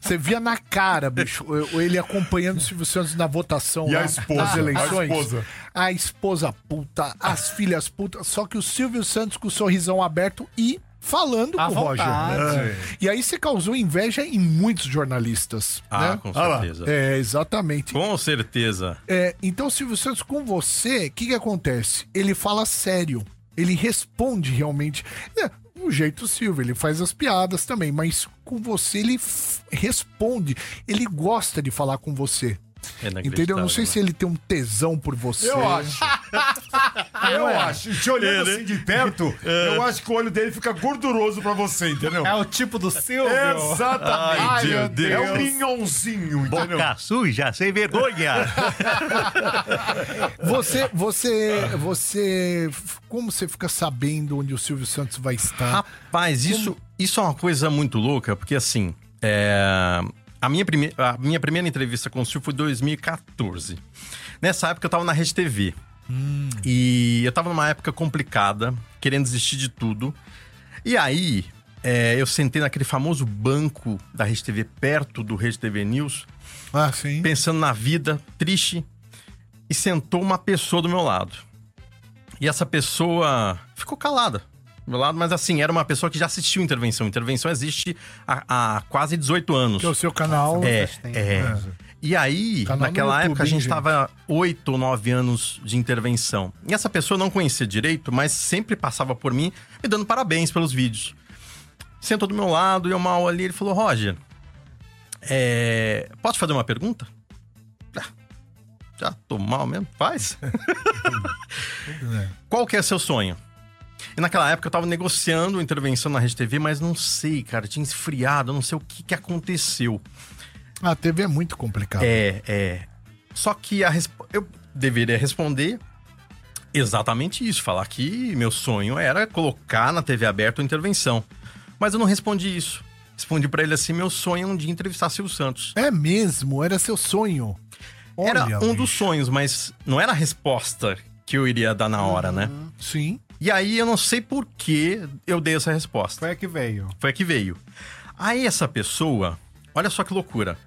Speaker 7: Você via na cara, bicho, eu- ele acompanhando o Silvio Santos na votação
Speaker 4: E a
Speaker 7: lá,
Speaker 4: esposa,
Speaker 7: nas
Speaker 4: a
Speaker 7: eleições.
Speaker 4: esposa.
Speaker 7: A esposa puta, as filhas putas, só que o Silvio Santos com o sorrisão aberto e falando
Speaker 5: À
Speaker 7: com o Roger.
Speaker 5: vontade.
Speaker 7: E aí você causou inveja em muitos jornalistas,
Speaker 10: Ah,
Speaker 7: né?
Speaker 10: com certeza.
Speaker 7: É, exatamente.
Speaker 10: Com certeza.
Speaker 7: É, então, Silvio Santos, com você, o que, que acontece? Ele fala sério. Ele responde realmente. É, o jeito Silvio, ele faz as piadas também, mas com você ele f- responde. Ele gosta de falar com você.
Speaker 10: É
Speaker 7: Entendeu? Não sei
Speaker 10: inacreditável,
Speaker 7: se ele tem um tesão por você.
Speaker 4: Eu acho. Eu É. acho. E Te olhando Ah, assim de perto, eu acho que o olho dele fica gorduroso pra você, entendeu?
Speaker 5: É o tipo do Silvio.
Speaker 4: Exatamente.
Speaker 10: Ai, meu
Speaker 4: é
Speaker 10: Deus.
Speaker 4: um minhãozinho, entendeu?
Speaker 10: Boca suja, sem vergonha.
Speaker 7: Você, você, você. f- Como você fica sabendo onde o Silvio Santos vai estar?
Speaker 10: *laughs* Rapaz, isso, isso é uma coisa muito louca, porque assim, é, a, minha prime... a minha primeira entrevista com o Silvio foi em 2014. Nessa época eu tava na Rede TV. E eu tava numa época complicada, querendo desistir de tudo. E aí, é, eu sentei naquele famoso banco da Rede TV, perto do Rede TV News,
Speaker 7: Ah, sim.
Speaker 10: pensando na vida, triste, e sentou uma pessoa do meu lado. E essa pessoa ficou calada do meu lado, mas assim, era uma pessoa que já assistiu Intervenção. Intervenção existe há, há quase 18 anos.
Speaker 7: Que é o seu canal.
Speaker 10: É, é. E aí,
Speaker 7: Canal no
Speaker 10: naquela
Speaker 7: YouTube,
Speaker 10: época, a
Speaker 7: hein,
Speaker 10: gente
Speaker 7: gente?
Speaker 10: tava 8 ou 9 anos de intervenção. E essa pessoa eu não conhecia direito, mas sempre passava por mim, me dando parabéns pelos vídeos. Sentou do meu lado, eu mal ali, ele falou, Roger, é... posso te
Speaker 7: *laughs*
Speaker 10: fazer uma pergunta? Ah, já tô mal mesmo? Faz. Qual que é seu sonho? E naquela época eu tava negociando intervenção na Rede TV, mas não sei, cara, tinha esfriado, não sei o que que aconteceu.
Speaker 7: A TV é muito complicada.
Speaker 10: É, é. Só que a resp- eu deveria responder exatamente isso, falar que meu sonho era colocar na TV aberta uma intervenção. Mas eu não respondi isso. Respondi pra ele assim: meu sonho é um dia entrevistar Silvio Santos.
Speaker 7: É mesmo, era seu sonho.
Speaker 10: era
Speaker 7: Olha,
Speaker 10: um dos sonhos, mas não era a resposta que eu iria dar na hora, né?
Speaker 7: Sim.
Speaker 10: E aí eu não sei por que eu dei essa resposta.
Speaker 5: Foi a que veio.
Speaker 10: Foi a que veio. Aí essa pessoa, olha só que loucura.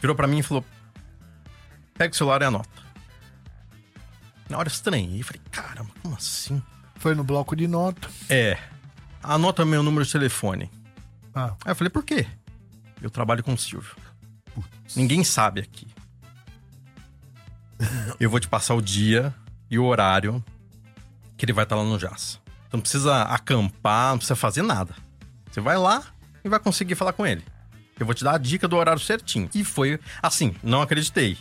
Speaker 10: Virou pra mim e falou: Pega o celular e anota. Na hora eu estranhei. Falei, caramba, como assim?
Speaker 7: Foi no bloco de nota.
Speaker 10: É, anota meu número de telefone.
Speaker 7: Ah.
Speaker 10: Aí eu falei, por quê? Eu trabalho com o Silvio. Ninguém sabe aqui. eu vou te passar o dia e o horário que ele vai estar lá no Jazz. Então não precisa acampar, não precisa fazer nada. Você vai lá e vai conseguir falar com ele. Eu vou te dar a dica do horário certinho. E foi assim, não acreditei.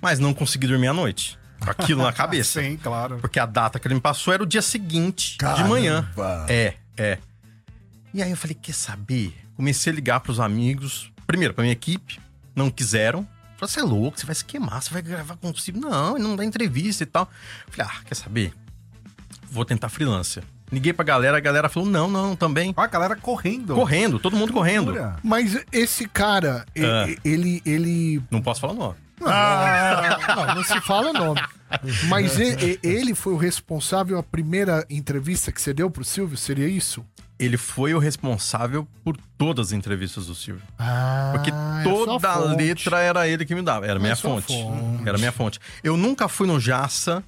Speaker 10: Mas não consegui dormir à noite. Com aquilo na cabeça.
Speaker 5: Sim, claro.
Speaker 10: Porque a data que ele me passou era o dia seguinte, de manhã. É, é. E aí eu falei, quer saber? Comecei a ligar pros amigos. Primeiro, pra minha equipe. Não quiseram. Falei, você é louco, você vai se queimar, você vai gravar com o Silvio. Não, ele não dá entrevista e tal. Falei, ah, quer saber? Vou tentar freelancer. Liguei pra galera, a galera falou, não, não, também.
Speaker 5: Ó, a galera correndo.
Speaker 10: Correndo, todo mundo correndo.
Speaker 5: Loucura.
Speaker 7: Mas esse cara, e-
Speaker 10: Ah.
Speaker 7: e- ele. ele
Speaker 10: Não posso falar o nome.
Speaker 7: não, não se fala nome. Mas e- e- ele, foi o responsável, a primeira entrevista que você deu pro Silvio? Seria isso?
Speaker 10: Ele foi o responsável por todas as entrevistas do Silvio.
Speaker 7: Ah,
Speaker 10: Porque toda a letra era ele que me dava. Era minha
Speaker 7: sua
Speaker 10: fonte.
Speaker 7: fonte.
Speaker 10: Era minha fonte. Eu nunca fui no Jaça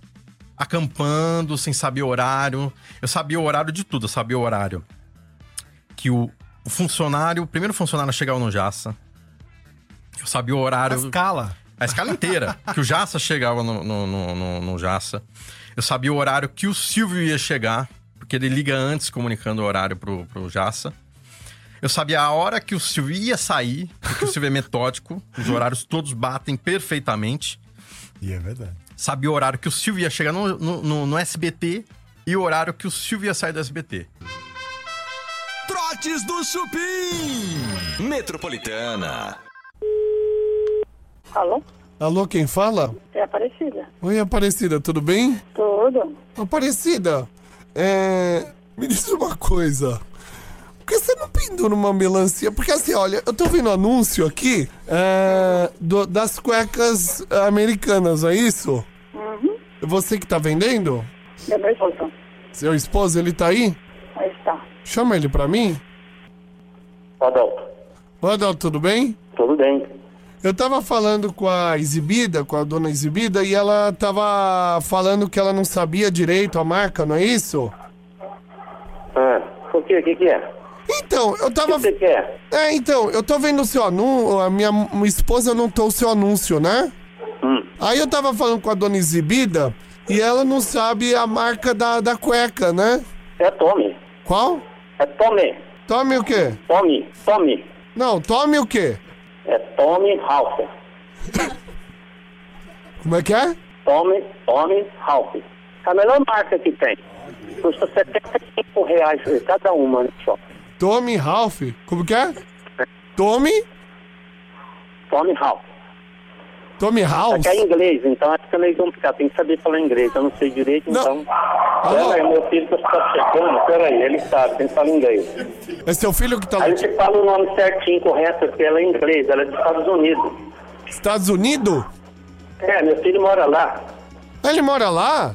Speaker 10: acampando, sem saber o horário. Eu sabia o horário de tudo. Eu sabia o horário que o, o funcionário, o primeiro funcionário chegava no Jaça. Eu sabia o
Speaker 5: A
Speaker 10: horário.
Speaker 5: escala.
Speaker 10: A escala inteira. que o Jaça chegava no, no, no, no- no Jaça. Eu sabia o horário que o Silvio ia chegar, porque ele liga antes comunicando o horário pro, pro Jaça. Eu sabia a hora que o Silvio ia sair, porque o Silvio é metódico, os horários todos batem perfeitamente.
Speaker 4: E é verdade.
Speaker 10: Sabia o horário que o Silvio ia chegar no, no, no- no SBT e o horário que o Silvio ia sair do SBT.
Speaker 1: Trotes do Chupim. Metropolitana.
Speaker 9: Alô?
Speaker 3: Alô, quem fala?
Speaker 9: É Aparecida.
Speaker 3: Oi, Aparecida, tudo bem?
Speaker 9: Tudo.
Speaker 3: Aparecida, é... me diz uma coisa. Por que você não pendura uma melancia? Porque assim, olha, eu tô vendo anúncio aqui é, do- das cuecas americanas, não é isso? Uhum. Você que tá vendendo?
Speaker 9: É meu esposo.
Speaker 3: Seu esposo, ele tá aí?
Speaker 9: Aí está.
Speaker 3: Chama ele pra mim.
Speaker 11: Adalto,
Speaker 3: Oi, Adalto, tudo bem?
Speaker 11: tudo bem.
Speaker 3: Eu tava falando com a exibida, com a dona exibida, e ela tava falando que ela não sabia direito a marca, não é isso?
Speaker 11: Ah, o que, o que, que é?
Speaker 3: Então, eu
Speaker 11: O que
Speaker 3: tava.
Speaker 11: você quer?
Speaker 3: É, então, eu tô vendo o seu anúncio, a minha m- esposa anotou o seu anúncio, né? Aí eu tava falando com a dona Exibida e ela não sabe a marca da, da cueca, né?
Speaker 11: É Tommy.
Speaker 3: Qual?
Speaker 11: É Tommy.
Speaker 3: Tome o quê?
Speaker 11: Tommy. Tommy.
Speaker 3: Não, tome o quê?
Speaker 11: É Tommy Ralph.
Speaker 3: Como é que é?
Speaker 11: Tommy, Tommy Ralph. É A melhor marca que tem. Custa R$ 75 reais né? cada uma no shopping.
Speaker 3: Tome Ralph. Como que é? Tome.
Speaker 11: Tommy Ralph.
Speaker 3: Tome
Speaker 11: Só
Speaker 3: House.
Speaker 11: que é inglês, então acho que é meio complicado. Tem que saber falar inglês. Eu não sei direito,
Speaker 3: Não. Ah.
Speaker 11: então... Peraí, meu filho que está chegando. Peraí, ele sabe. Tem que falar inglês.
Speaker 3: É seu filho que tá
Speaker 11: Aí eu
Speaker 3: nos
Speaker 11: te falo o nome certinho, correto, porque ela é inglês. Ela é dos Estados Unidos.
Speaker 3: Estados Unidos?
Speaker 11: É, meu filho mora lá.
Speaker 3: Ele mora lá?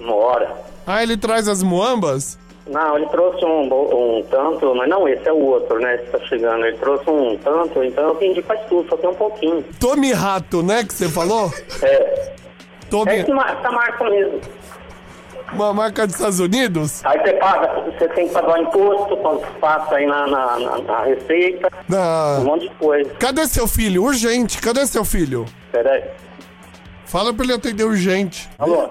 Speaker 11: Mora.
Speaker 3: Aí ele traz as muambas?
Speaker 11: Não, ele trouxe um, bo- um tanto, mas não, esse é o outro, né? Esse tá chegando. Ele trouxe um tanto, então eu vendi quase tudo, só tem um pouquinho.
Speaker 3: Tome Rato, né? Que você falou?
Speaker 11: É, é
Speaker 3: Tome.
Speaker 11: esse mar- tá, essa marca mesmo.
Speaker 3: Uma marca dos Estados Unidos?
Speaker 11: Aí você paga, você tem que pagar imposto, quando passa aí na, na, na- na receita,
Speaker 3: Na...
Speaker 11: um monte de coisa.
Speaker 3: Cadê seu filho? Urgente, cadê seu filho?
Speaker 11: Peraí.
Speaker 3: Fala pra ele atender urgente.
Speaker 11: Alô,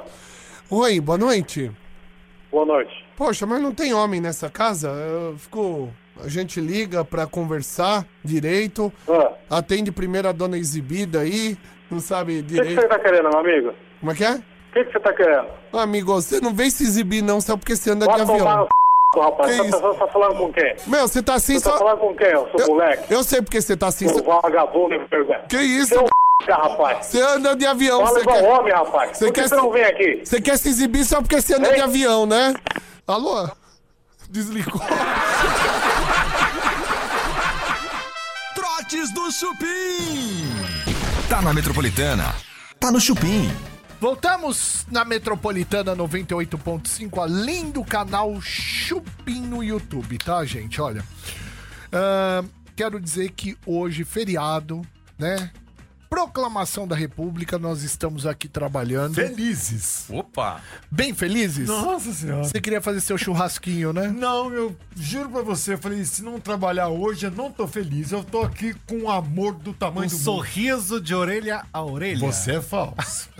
Speaker 3: Oi, boa noite.
Speaker 11: boa noite.
Speaker 3: Poxa, mas não tem homem nessa casa? Eu fico. A gente liga pra conversar direito.
Speaker 11: Ah,
Speaker 3: Atende primeiro a dona exibida aí. Não sabe
Speaker 11: o que que
Speaker 3: direito.
Speaker 11: você tá querendo, meu amigo?
Speaker 3: Como é que é?
Speaker 11: O que, que você tá querendo?
Speaker 3: Amigo, você não vem se exibir não, só porque você anda É de
Speaker 11: Pode tomar no
Speaker 3: avião.
Speaker 11: c, rapaz.
Speaker 3: Que
Speaker 11: Essa
Speaker 3: isso?
Speaker 11: pessoa tá falando com quem?
Speaker 3: Meu, você tá assim
Speaker 11: Você
Speaker 3: só...
Speaker 11: tá falando com quem, seu moleque?
Speaker 3: Eu sei porque você tá assim
Speaker 11: Seu
Speaker 3: só...
Speaker 11: vagabundo, me pergunta.
Speaker 3: Que isso?
Speaker 11: Seu c, rapaz.
Speaker 3: Você anda de avião,
Speaker 11: Fala
Speaker 3: você
Speaker 11: igual
Speaker 3: quer...
Speaker 11: homem, rapaz.
Speaker 3: Você
Speaker 11: Por que
Speaker 3: quer
Speaker 11: você não
Speaker 3: se-
Speaker 11: vem aqui?
Speaker 3: Você quer se exibir só porque você anda de avião, né? Alô? Desligou.
Speaker 1: Trotes do Chupim. Tá na Metropolitana. Tá no Chupim.
Speaker 7: Voltamos na Metropolitana 98.5, além do canal Chupim no YouTube, tá, gente? Olha, ah, quero dizer que hoje, feriado, né? Proclamação da República, nós estamos aqui trabalhando.
Speaker 4: Felizes.
Speaker 10: Opa!
Speaker 7: Bem felizes?
Speaker 4: Nossa senhora.
Speaker 7: Você queria fazer seu churrasquinho, né?
Speaker 4: Não, eu juro pra você, eu falei, se não trabalhar hoje, eu não tô feliz. Eu tô aqui com um amor do tamanho do
Speaker 5: Um sorriso de orelha a orelha.
Speaker 4: mundo. Você é falso.
Speaker 7: *laughs*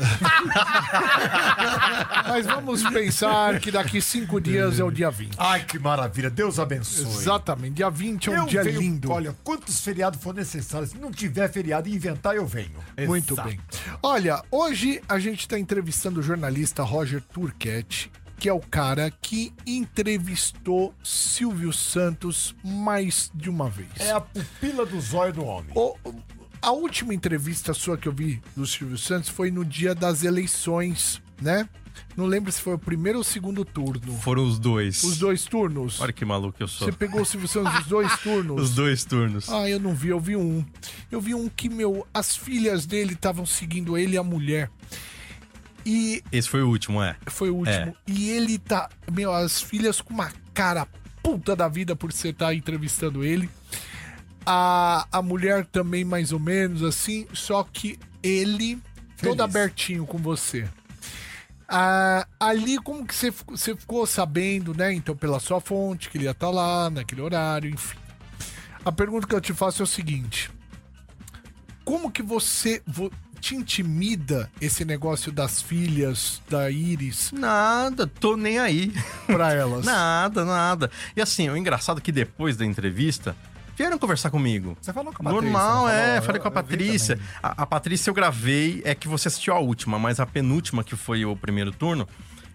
Speaker 7: Mas vamos pensar que daqui cinco dias é o dia 20.
Speaker 4: *laughs* Ai, que maravilha. Deus abençoe.
Speaker 7: Exatamente, dia 20 é um
Speaker 4: Eu
Speaker 7: dia
Speaker 4: venho-
Speaker 7: lindo.
Speaker 4: Olha, quantos feriados for necessário. Se não tiver feriado e inventar, eu venho.
Speaker 7: Muito bem. Olha, hoje a gente está entrevistando o jornalista Roger Turquete, que é o cara que entrevistou Silvio Santos mais de uma vez.
Speaker 4: É a pupila do zóio do homem.
Speaker 7: O- a última entrevista sua que eu vi do Silvio Santos foi no dia das eleições, né? Não lembro se foi o primeiro ou o segundo turno.
Speaker 10: Foram os dois.
Speaker 7: Os dois turnos?
Speaker 10: Olha que maluco eu sou.
Speaker 7: Você pegou o Silvio Santos dos dois turnos?
Speaker 10: *laughs* Os dois turnos.
Speaker 7: Ah, eu não vi, eu vi um. Eu vi um que, meu, as filhas dele estavam seguindo ele e a mulher. E
Speaker 10: Esse foi o último, é.
Speaker 7: foi o último.
Speaker 10: É.
Speaker 7: E ele tá, meu, as filhas com uma cara puta da vida por você estar entrevistando ele. A, a mulher também, mais ou menos assim, só que ele todo abertinho com você. Ah, ali, como que você, ficou- você ficou sabendo, né? Então, pela sua fonte, que ele ia estar lá naquele horário, enfim. A pergunta que eu te faço é o seguinte: Como que você vo- te intimida esse negócio das filhas da Iris
Speaker 10: Nada, tô nem aí. *laughs*
Speaker 7: pra elas?
Speaker 10: Nada, nada. E assim, o engraçado é que depois da entrevista, vieram conversar comigo.
Speaker 4: Você falou com a Patrícia,
Speaker 10: Normal,
Speaker 4: não falou?
Speaker 10: é.
Speaker 4: Eu-
Speaker 10: Falei com a
Speaker 4: eu vi
Speaker 10: Patrícia.
Speaker 4: também.
Speaker 10: A, a Patrícia eu gravei, é que você assistiu a última, mas a penúltima, que foi o primeiro turno,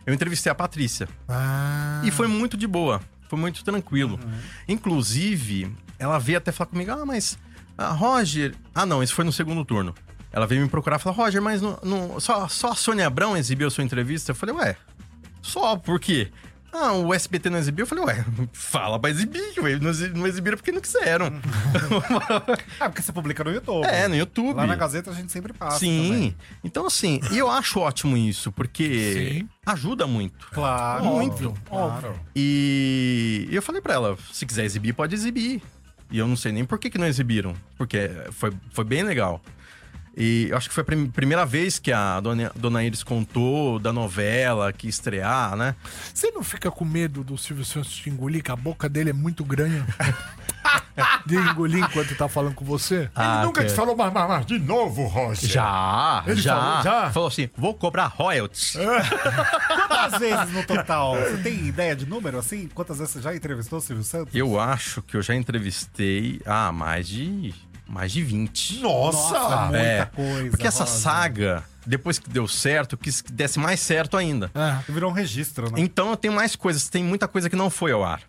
Speaker 10: eu entrevistei a Patrícia.
Speaker 4: Ah.
Speaker 10: E foi muito de boa, foi muito tranquilo.
Speaker 4: Uhum.
Speaker 10: Inclusive, ela veio até falar comigo, ah, mas ah, Roger... Ah, não, isso foi no segundo turno. Ela veio me procurar e falar, Roger, mas não, não- só, só a Sônia Abrão exibiu a sua entrevista? Eu falei, ué, só por quê? Ah, o SBT não exibiu? Eu falei, ué, *laughs* fala pra exibir, ué, não exi- não exibiram porque
Speaker 4: *laughs*
Speaker 10: não quiseram.
Speaker 5: É porque você publica no YouTube.
Speaker 10: É, no YouTube.
Speaker 5: Lá na Gazeta a gente sempre passa.
Speaker 10: Sim.
Speaker 5: também.
Speaker 10: Então, assim, e eu acho ótimo isso, porque
Speaker 7: Sim.
Speaker 10: ajuda muito.
Speaker 5: Claro.
Speaker 10: Muito.
Speaker 5: Óbvio.
Speaker 10: E eu falei pra ela, se quiser exibir, pode exibir. E eu não sei nem por que, que não exibiram, porque foi, foi bem legal. E eu acho que foi a prim- primeira vez que a dona, dona Iris contou da novela, que ia estrear, né?
Speaker 7: Você não fica com medo do Silvio Santos te engolir, que a boca dele é muito
Speaker 10: *laughs*
Speaker 7: grande? De engolir enquanto tá falando com você?
Speaker 10: Ah,
Speaker 4: Ele nunca te falou mais, mais, mais de novo, Roger.
Speaker 10: Já,
Speaker 4: Ele
Speaker 10: já.
Speaker 4: falou já?
Speaker 10: Falou assim, vou cobrar royalties.
Speaker 5: Quantas vezes no total? Você tem ideia de número assim? Quantas vezes você já entrevistou o Silvio Santos?
Speaker 10: Eu acho que eu já entrevistei, ah, mais de, mais de 20.
Speaker 4: Nossa!
Speaker 5: Nossa, muita
Speaker 10: É,
Speaker 5: coisa.
Speaker 10: Porque essa
Speaker 5: Rosa.
Speaker 10: saga, depois que deu certo, eu quis que desse mais certo ainda.
Speaker 5: Virou um registro, né?
Speaker 10: Então eu tenho mais coisas, tem muita coisa que não foi ao ar.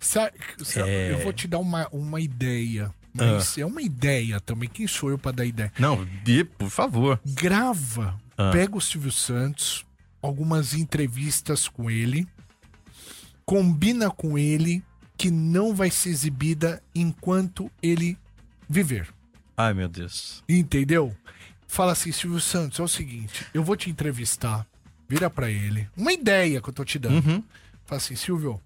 Speaker 7: Sa- sa-
Speaker 10: É. Ah.
Speaker 7: Eu vou te dar uma, uma ideia. Mas é uma ideia também. Quem sou eu pra dar ideia?
Speaker 10: Não, Bi, por favor.
Speaker 7: Grava,
Speaker 10: Ah.
Speaker 7: pega o Silvio Santos, algumas entrevistas com ele, combina com ele que não vai ser exibida enquanto ele viver.
Speaker 10: Ai, meu Deus.
Speaker 7: Entendeu? Fala assim, Silvio Santos, é o seguinte, eu vou te entrevistar, vira pra ele, uma ideia que eu tô te dando.
Speaker 10: Uhum.
Speaker 7: Fala assim, Silvio,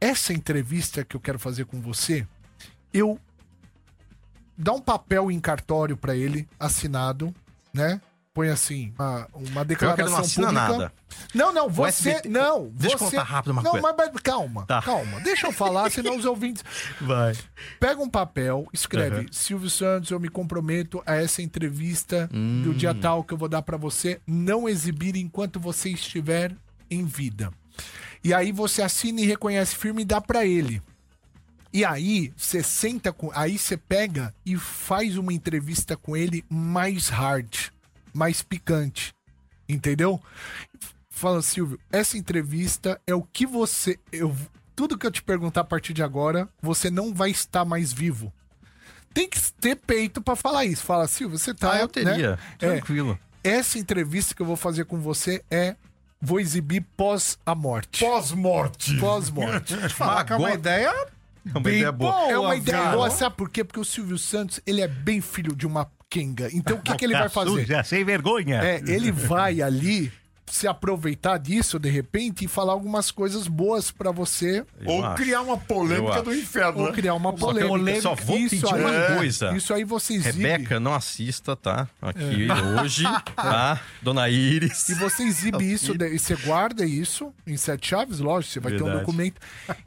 Speaker 7: essa entrevista que eu quero fazer com você, eu dá um papel em cartório pra ele, assinado, né? Põe assim, uma, uma
Speaker 10: Pior que
Speaker 7: declaração
Speaker 10: ele não assina
Speaker 7: pública.
Speaker 10: nada.
Speaker 7: Não, não,
Speaker 10: O
Speaker 7: você.
Speaker 10: SBT
Speaker 7: Não,
Speaker 10: Deixa eu
Speaker 7: você.
Speaker 10: contar rápido uma
Speaker 7: não,
Speaker 10: coisa.
Speaker 7: mas- mas calma,
Speaker 10: Tá.
Speaker 7: calma. Deixa eu falar,
Speaker 10: *laughs*
Speaker 7: senão os ouvintes.
Speaker 10: Vai.
Speaker 7: Pega um papel, escreve: Silvio Santos, eu me comprometo a essa entrevista do dia tal que eu vou dar pra você não exibir enquanto você estiver em vida. E aí você assina e reconhece firme e dá pra ele. E aí você senta com, aí você pega e faz uma entrevista com ele mais hard, mais picante. Entendeu? Fala, Silvio, essa entrevista é o que você. Eu, tudo que eu te perguntar a partir de agora, você não vai estar mais vivo. Tem que ter peito pra falar isso. Fala, Silvio, você tá.
Speaker 10: Ah, eu teria.
Speaker 7: né? É,
Speaker 10: Tranquilo.
Speaker 7: essa entrevista que eu vou fazer com você é. Vou exibir pós a morte.
Speaker 4: Pós-morte.
Speaker 7: Pós-morte.
Speaker 5: Falar que é uma
Speaker 10: Agora-
Speaker 5: ideia.
Speaker 10: É uma ideia boa.
Speaker 7: É uma ideia
Speaker 5: cara.
Speaker 7: boa, sabe por quê? Porque o Silvio Santos, ele é bem filho de uma quenga. Então o que, que
Speaker 10: É
Speaker 7: ele
Speaker 10: *laughs*
Speaker 7: vai fazer?
Speaker 5: Suja, sem vergonha.
Speaker 7: É, ele vai ali se aproveitar disso de repente e falar algumas coisas boas pra você
Speaker 10: Eu
Speaker 12: Ou
Speaker 10: acho.
Speaker 12: criar uma
Speaker 10: Eu
Speaker 12: polêmica
Speaker 10: acho.
Speaker 12: do inferno.
Speaker 7: ou
Speaker 12: né?
Speaker 7: criar uma
Speaker 10: Só que eu
Speaker 7: polêmica. é.
Speaker 10: só vou pedir uma coisa.
Speaker 7: Isso aí você exibe.
Speaker 10: Rebeca, não assista, tá? Aqui hoje, tá? Dona Iris.
Speaker 7: E você exibe isso, de- e você guarda isso em sete chaves, lógico, você vai ter um
Speaker 10: Verdade.
Speaker 7: documento.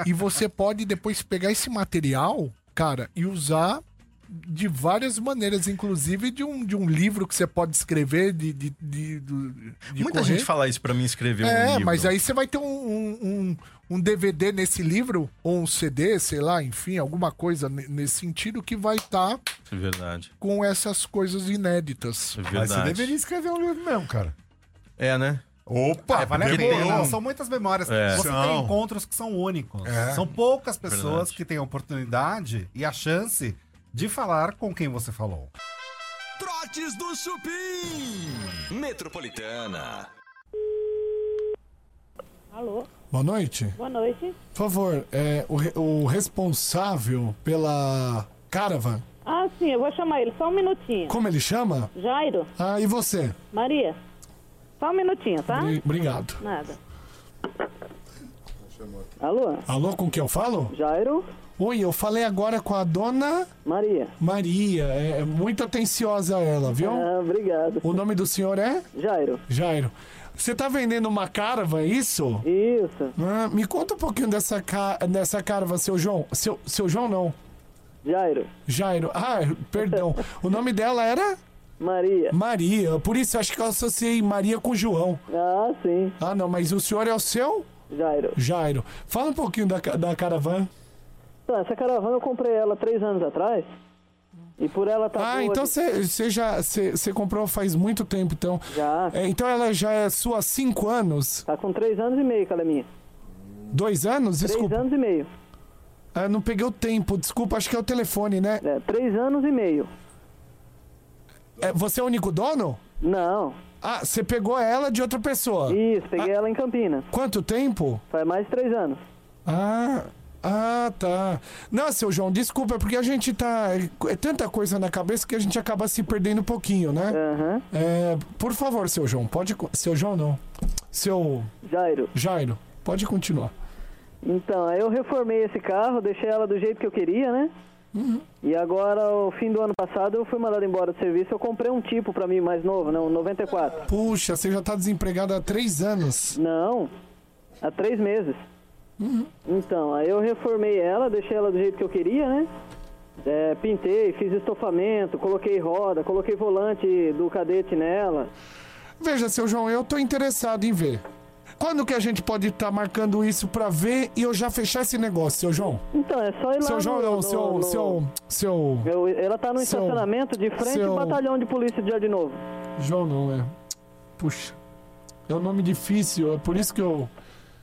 Speaker 7: E você pode depois pegar esse material, cara, e usar de várias maneiras, inclusive de um, de um livro que você pode escrever, de. de, de- do- de
Speaker 10: Muita
Speaker 7: correr.
Speaker 10: gente fala isso pra mim escrever um
Speaker 7: É,
Speaker 10: livro.
Speaker 7: mas aí você vai ter um, um, um, um DVD nesse livro, ou um CD, sei lá, enfim, alguma coisa ne- nesse sentido que vai estar
Speaker 10: É verdade.
Speaker 7: com essas coisas inéditas.
Speaker 10: É
Speaker 4: Mas você
Speaker 10: verdade.
Speaker 4: deveria escrever um livro mesmo, cara.
Speaker 10: É, né?
Speaker 4: Opa,
Speaker 5: É, vale a
Speaker 10: Porque
Speaker 5: pena.
Speaker 10: tem um-
Speaker 5: São muitas memórias.
Speaker 10: É.
Speaker 5: Você tem
Speaker 4: São.
Speaker 5: encontros que são únicos.
Speaker 4: É.
Speaker 5: São poucas pessoas
Speaker 10: Verdade.
Speaker 5: que têm a oportunidade e a chance de falar com quem você falou.
Speaker 3: Trotes do Chupim. Metropolitana.
Speaker 11: Alô,
Speaker 2: Boa noite.
Speaker 11: boa noite.
Speaker 2: Por favor, é, o, re- o responsável pela Caravan,
Speaker 11: Ah, sim, eu vou chamar ele. Só um minutinho.
Speaker 2: como ele chama?
Speaker 11: Jairo,
Speaker 2: Ah, e você?
Speaker 11: Maria, só um minutinho, tá?
Speaker 2: Bri- Obrigado.
Speaker 11: Nada. Alô,
Speaker 2: Alô, com quem eu falo?
Speaker 11: Jairo,
Speaker 2: Oi, eu falei agora com a dona
Speaker 11: Maria.
Speaker 2: Maria. É, é muito atenciosa ela, viu?
Speaker 11: Ah, obrigado.
Speaker 2: O nome do senhor é?
Speaker 11: Jairo,
Speaker 2: Jairo. Você tá vendendo uma Caravan, isso?
Speaker 11: isso.
Speaker 2: Ah, me conta um pouquinho dessa, ca... dessa Caravan, seu João. Seu, seu João não.
Speaker 11: Jairo,
Speaker 2: Jairo. Ah, perdão. O nome dela era?
Speaker 11: Maria.
Speaker 2: Maria. Por isso acho que eu associei Maria com João.
Speaker 11: Ah, sim,
Speaker 2: Ah, não, mas o senhor é o seu?
Speaker 3: Ah.
Speaker 11: Jairo.
Speaker 2: Jairo. Fala um pouquinho da, ca- da caravana.
Speaker 11: Tá, essa caravana eu comprei ela três anos atrás. E por ela tá
Speaker 2: Ah,
Speaker 11: boa
Speaker 2: então
Speaker 11: de-
Speaker 2: você já cê, cê comprou faz muito tempo, então.
Speaker 11: Já.
Speaker 2: É, então ela já é sua há cinco anos?
Speaker 11: Tá com três anos e meio que ela é minha.
Speaker 2: Dois anos?
Speaker 11: Três
Speaker 2: Desculpa.
Speaker 11: anos e meio.
Speaker 2: Ah, não peguei o tempo, desculpa, acho que é o telefone, né?
Speaker 11: É, três anos e meio.
Speaker 2: É, você é o único dono?
Speaker 11: Não,
Speaker 2: Ah, você pegou ela de outra pessoa. Ah,
Speaker 11: isso, peguei ela em Campinas.
Speaker 2: Quanto tempo?
Speaker 11: Faz mais de três anos.
Speaker 2: Ah, ah, tá. Não, seu João, desculpa, é porque a gente tá. É tanta coisa na cabeça que a gente acaba se perdendo um pouquinho, né?
Speaker 11: Aham.
Speaker 2: É, por favor, seu João, pode. co- Seu João não. Seu
Speaker 11: Jairo.
Speaker 2: Jairo, pode continuar.
Speaker 11: Então, aí eu reformei esse carro, deixei ela do jeito que eu queria, né? E agora, o fim do ano passado, eu fui mandado embora do serviço. Eu comprei um tipo pra mim mais novo, né? Um 94.
Speaker 2: Puxa, você já tá desempregado há três anos. Uhum.
Speaker 11: Não, há três meses. Então, aí eu reformei ela, deixei ela do jeito que eu queria, né? É, pintei, fiz estofamento, coloquei roda, coloquei volante do cadete nela.
Speaker 2: Veja, seu João, eu tô interessado em ver. Quando que a gente pode estar marcando isso pra ver e eu já fechar esse negócio, seu João?
Speaker 11: Então, é só ir lá
Speaker 2: Seu
Speaker 11: no-
Speaker 2: João, não,
Speaker 11: no-
Speaker 2: seu,
Speaker 11: no-
Speaker 2: seu, seu.
Speaker 11: Eu- ela tá no
Speaker 2: Seu-
Speaker 11: estacionamento de frente
Speaker 2: seu-
Speaker 11: ao batalhão de polícia de Jardim Novo.
Speaker 2: João não, é. Puxa. É um nome difícil, é por isso que eu.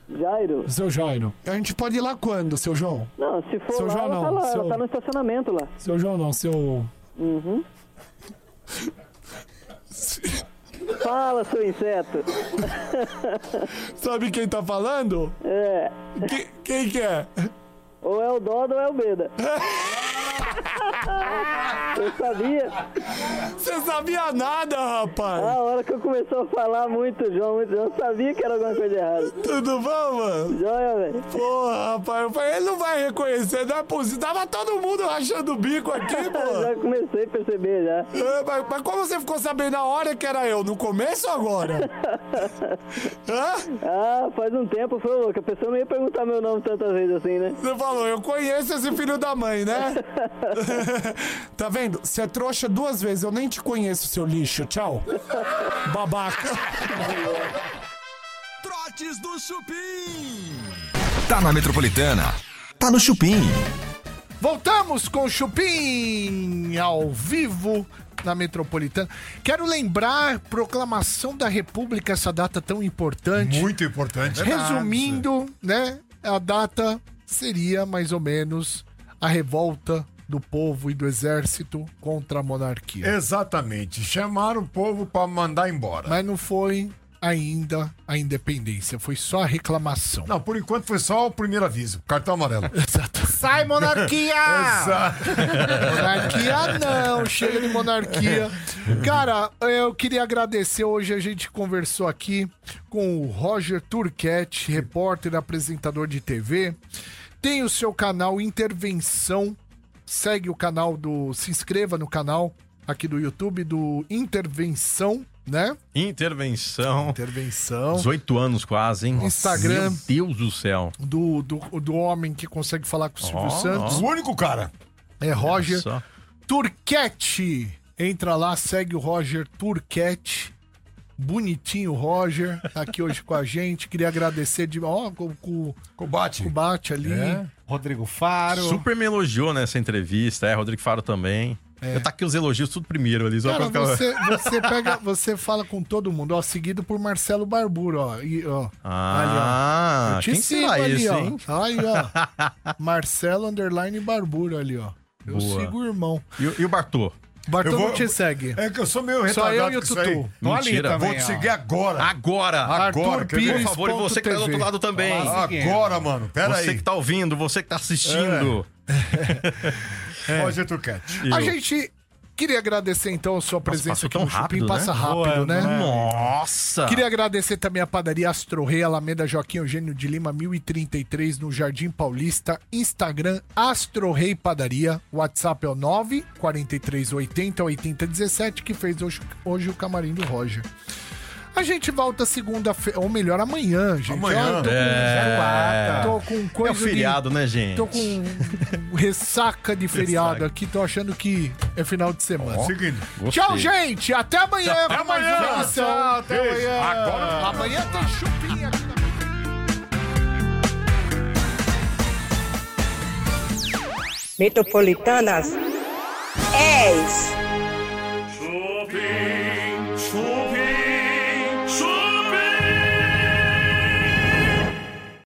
Speaker 11: Jairo.
Speaker 2: Seu Jairo. A gente pode ir lá quando, seu João?
Speaker 11: Não, se for
Speaker 2: Seu
Speaker 11: lá,
Speaker 2: João,
Speaker 11: ela
Speaker 2: não,
Speaker 11: tá lá,
Speaker 2: seu-
Speaker 11: ela tá no estacionamento lá.
Speaker 2: Seu João não, seu.
Speaker 11: Uhum. Fala, seu inseto.
Speaker 2: Sabe quem tá falando?
Speaker 11: É,
Speaker 2: Que- quem que é?
Speaker 11: ou é o Dodo ou é o Beda. Eu sabia.
Speaker 2: Você sabia nada, rapaz!
Speaker 11: A hora que eu começou a falar muito João, muito João, eu sabia que era alguma coisa errada.
Speaker 2: Tudo bom, mano?
Speaker 11: Joia, velho.
Speaker 2: Porra, rapaz, eu falei, ele não vai reconhecer, não é possível. Tava todo mundo rachando o bico aqui,
Speaker 11: Já
Speaker 2: pô.
Speaker 11: comecei a perceber já.
Speaker 2: É, mas, mas como você ficou sabendo na hora que era eu? No começo ou agora? Hã?
Speaker 11: Ah, faz um tempo foi louco. A pessoa não ia perguntar meu nome tantas vezes assim, né?
Speaker 2: Você falou, eu conheço esse filho da mãe,
Speaker 7: *laughs*
Speaker 2: né? tá vendo? Você é trouxa duas vezes, eu nem te conheço, seu lixo. Tchau. Babaca.
Speaker 3: Trotes do Chupim. Tá na Metropolitana. Tá no Chupim.
Speaker 7: Voltamos com o Chupim ao vivo na metropolitana. Quero lembrar proclamação da República, essa data tão importante.
Speaker 4: Muito importante.
Speaker 7: Resumindo, né? A data seria mais ou menos a revolta do povo e do exército contra a monarquia.
Speaker 4: Exatamente. Chamaram o povo para mandar embora.
Speaker 7: Mas não foi ainda a independência, foi só a reclamação.
Speaker 4: Não, por enquanto foi só o primeiro aviso, cartão amarelo. Ah,
Speaker 5: Sai, monarquia!
Speaker 2: *laughs*
Speaker 7: monarquia não, chega de monarquia. Cara, eu queria agradecer. Hoje a gente conversou aqui com o Roger Turquette, repórter e apresentador de TV. Tem o seu canal Intervenção. Segue o canal do. Se inscreva no canal aqui do YouTube do Intervenção, né?
Speaker 10: Intervenção.
Speaker 7: Intervenção.
Speaker 10: 18 anos quase, hein?
Speaker 7: Instagram.
Speaker 10: Meu Deus do céu.
Speaker 7: Do, do, do homem que consegue falar com o Silvio
Speaker 10: Ó,
Speaker 7: Santos.
Speaker 10: ó.
Speaker 4: O único cara.
Speaker 7: É Roger
Speaker 10: Só.
Speaker 7: Turquete. Entra lá, segue o Roger Turquete. Bonitinho o Roger, tá aqui hoje com a gente. Queria agradecer de. Ó, com, com
Speaker 4: Combate.
Speaker 7: com o Bate ali.
Speaker 4: É.
Speaker 5: Rodrigo Faro.
Speaker 10: Super me elogiou nessa entrevista, é, Rodrigo Faro também. Eu taquei os elogios tudo primeiro ali, só
Speaker 7: É. Cara,
Speaker 10: pra ficar...
Speaker 7: você, você pega, você fala com todo mundo, ó, seguido por Marcelo Barburo, ó. E, ó
Speaker 10: Ah,
Speaker 7: ali, ó. Eu te
Speaker 10: quem
Speaker 7: sigo
Speaker 10: será
Speaker 7: ali,
Speaker 10: esse,
Speaker 7: ó.
Speaker 10: hein?
Speaker 7: Aí,
Speaker 10: *laughs*
Speaker 7: ó. Marcelo Underline Barburo ali, ó. Eu
Speaker 10: Boa.
Speaker 7: sigo o irmão.
Speaker 10: E, o- e o Bartô?
Speaker 7: Bartô
Speaker 4: Eu vou-
Speaker 7: não te segue.
Speaker 4: É que eu sou meio
Speaker 7: Só eu
Speaker 4: retardado
Speaker 7: e o
Speaker 4: com isso
Speaker 7: Tutu.
Speaker 4: aí.
Speaker 5: Tô ali
Speaker 10: Mentira,
Speaker 5: também,
Speaker 4: Vou te
Speaker 5: ó.
Speaker 4: seguir agora.
Speaker 10: Agora!
Speaker 4: Agora,
Speaker 7: Tá. Arthur
Speaker 4: quer ver?
Speaker 10: Por
Speaker 7: Pires.
Speaker 10: favor, e você que tá do outro lado também.
Speaker 5: Olá,
Speaker 4: Agora, mano.
Speaker 7: é?
Speaker 4: Pera
Speaker 10: você
Speaker 4: aí.
Speaker 10: que tá ouvindo, você que tá assistindo.
Speaker 4: Roger Turquete.
Speaker 7: A
Speaker 10: Eu.
Speaker 7: gente queria agradecer, então, a sua presença
Speaker 10: passou
Speaker 7: aqui
Speaker 10: tão
Speaker 7: no Chupim.
Speaker 10: rápido,
Speaker 7: Passa
Speaker 10: né?
Speaker 7: rápido,
Speaker 5: Voando,
Speaker 7: né?
Speaker 5: né?
Speaker 10: Nossa!
Speaker 7: Queria agradecer também a padaria Astro Rei, Alameda Joaquim Eugênio de Lima, 1033, no Jardim Paulista. Instagram, Astro Rei Padaria. WhatsApp é o 94380 8017, que fez hoje, hoje o camarim do Roger. A gente volta segunda-feira, ou melhor, amanhã, gente.
Speaker 4: Amanhã.
Speaker 7: Ó, tô,
Speaker 10: É...
Speaker 7: tô com coisa
Speaker 10: É o feriado, né, gente?
Speaker 7: de... Tô com ressaca de feriado aqui, tô achando que é final de semana.
Speaker 4: Seguindo.
Speaker 10: Gostei.
Speaker 7: Tchau, gente! Até amanhã! Até amanhã! Tchau, até amanhã!
Speaker 4: Agora-
Speaker 7: amanhã tem chupim aqui na...
Speaker 13: Metropolitanas 10.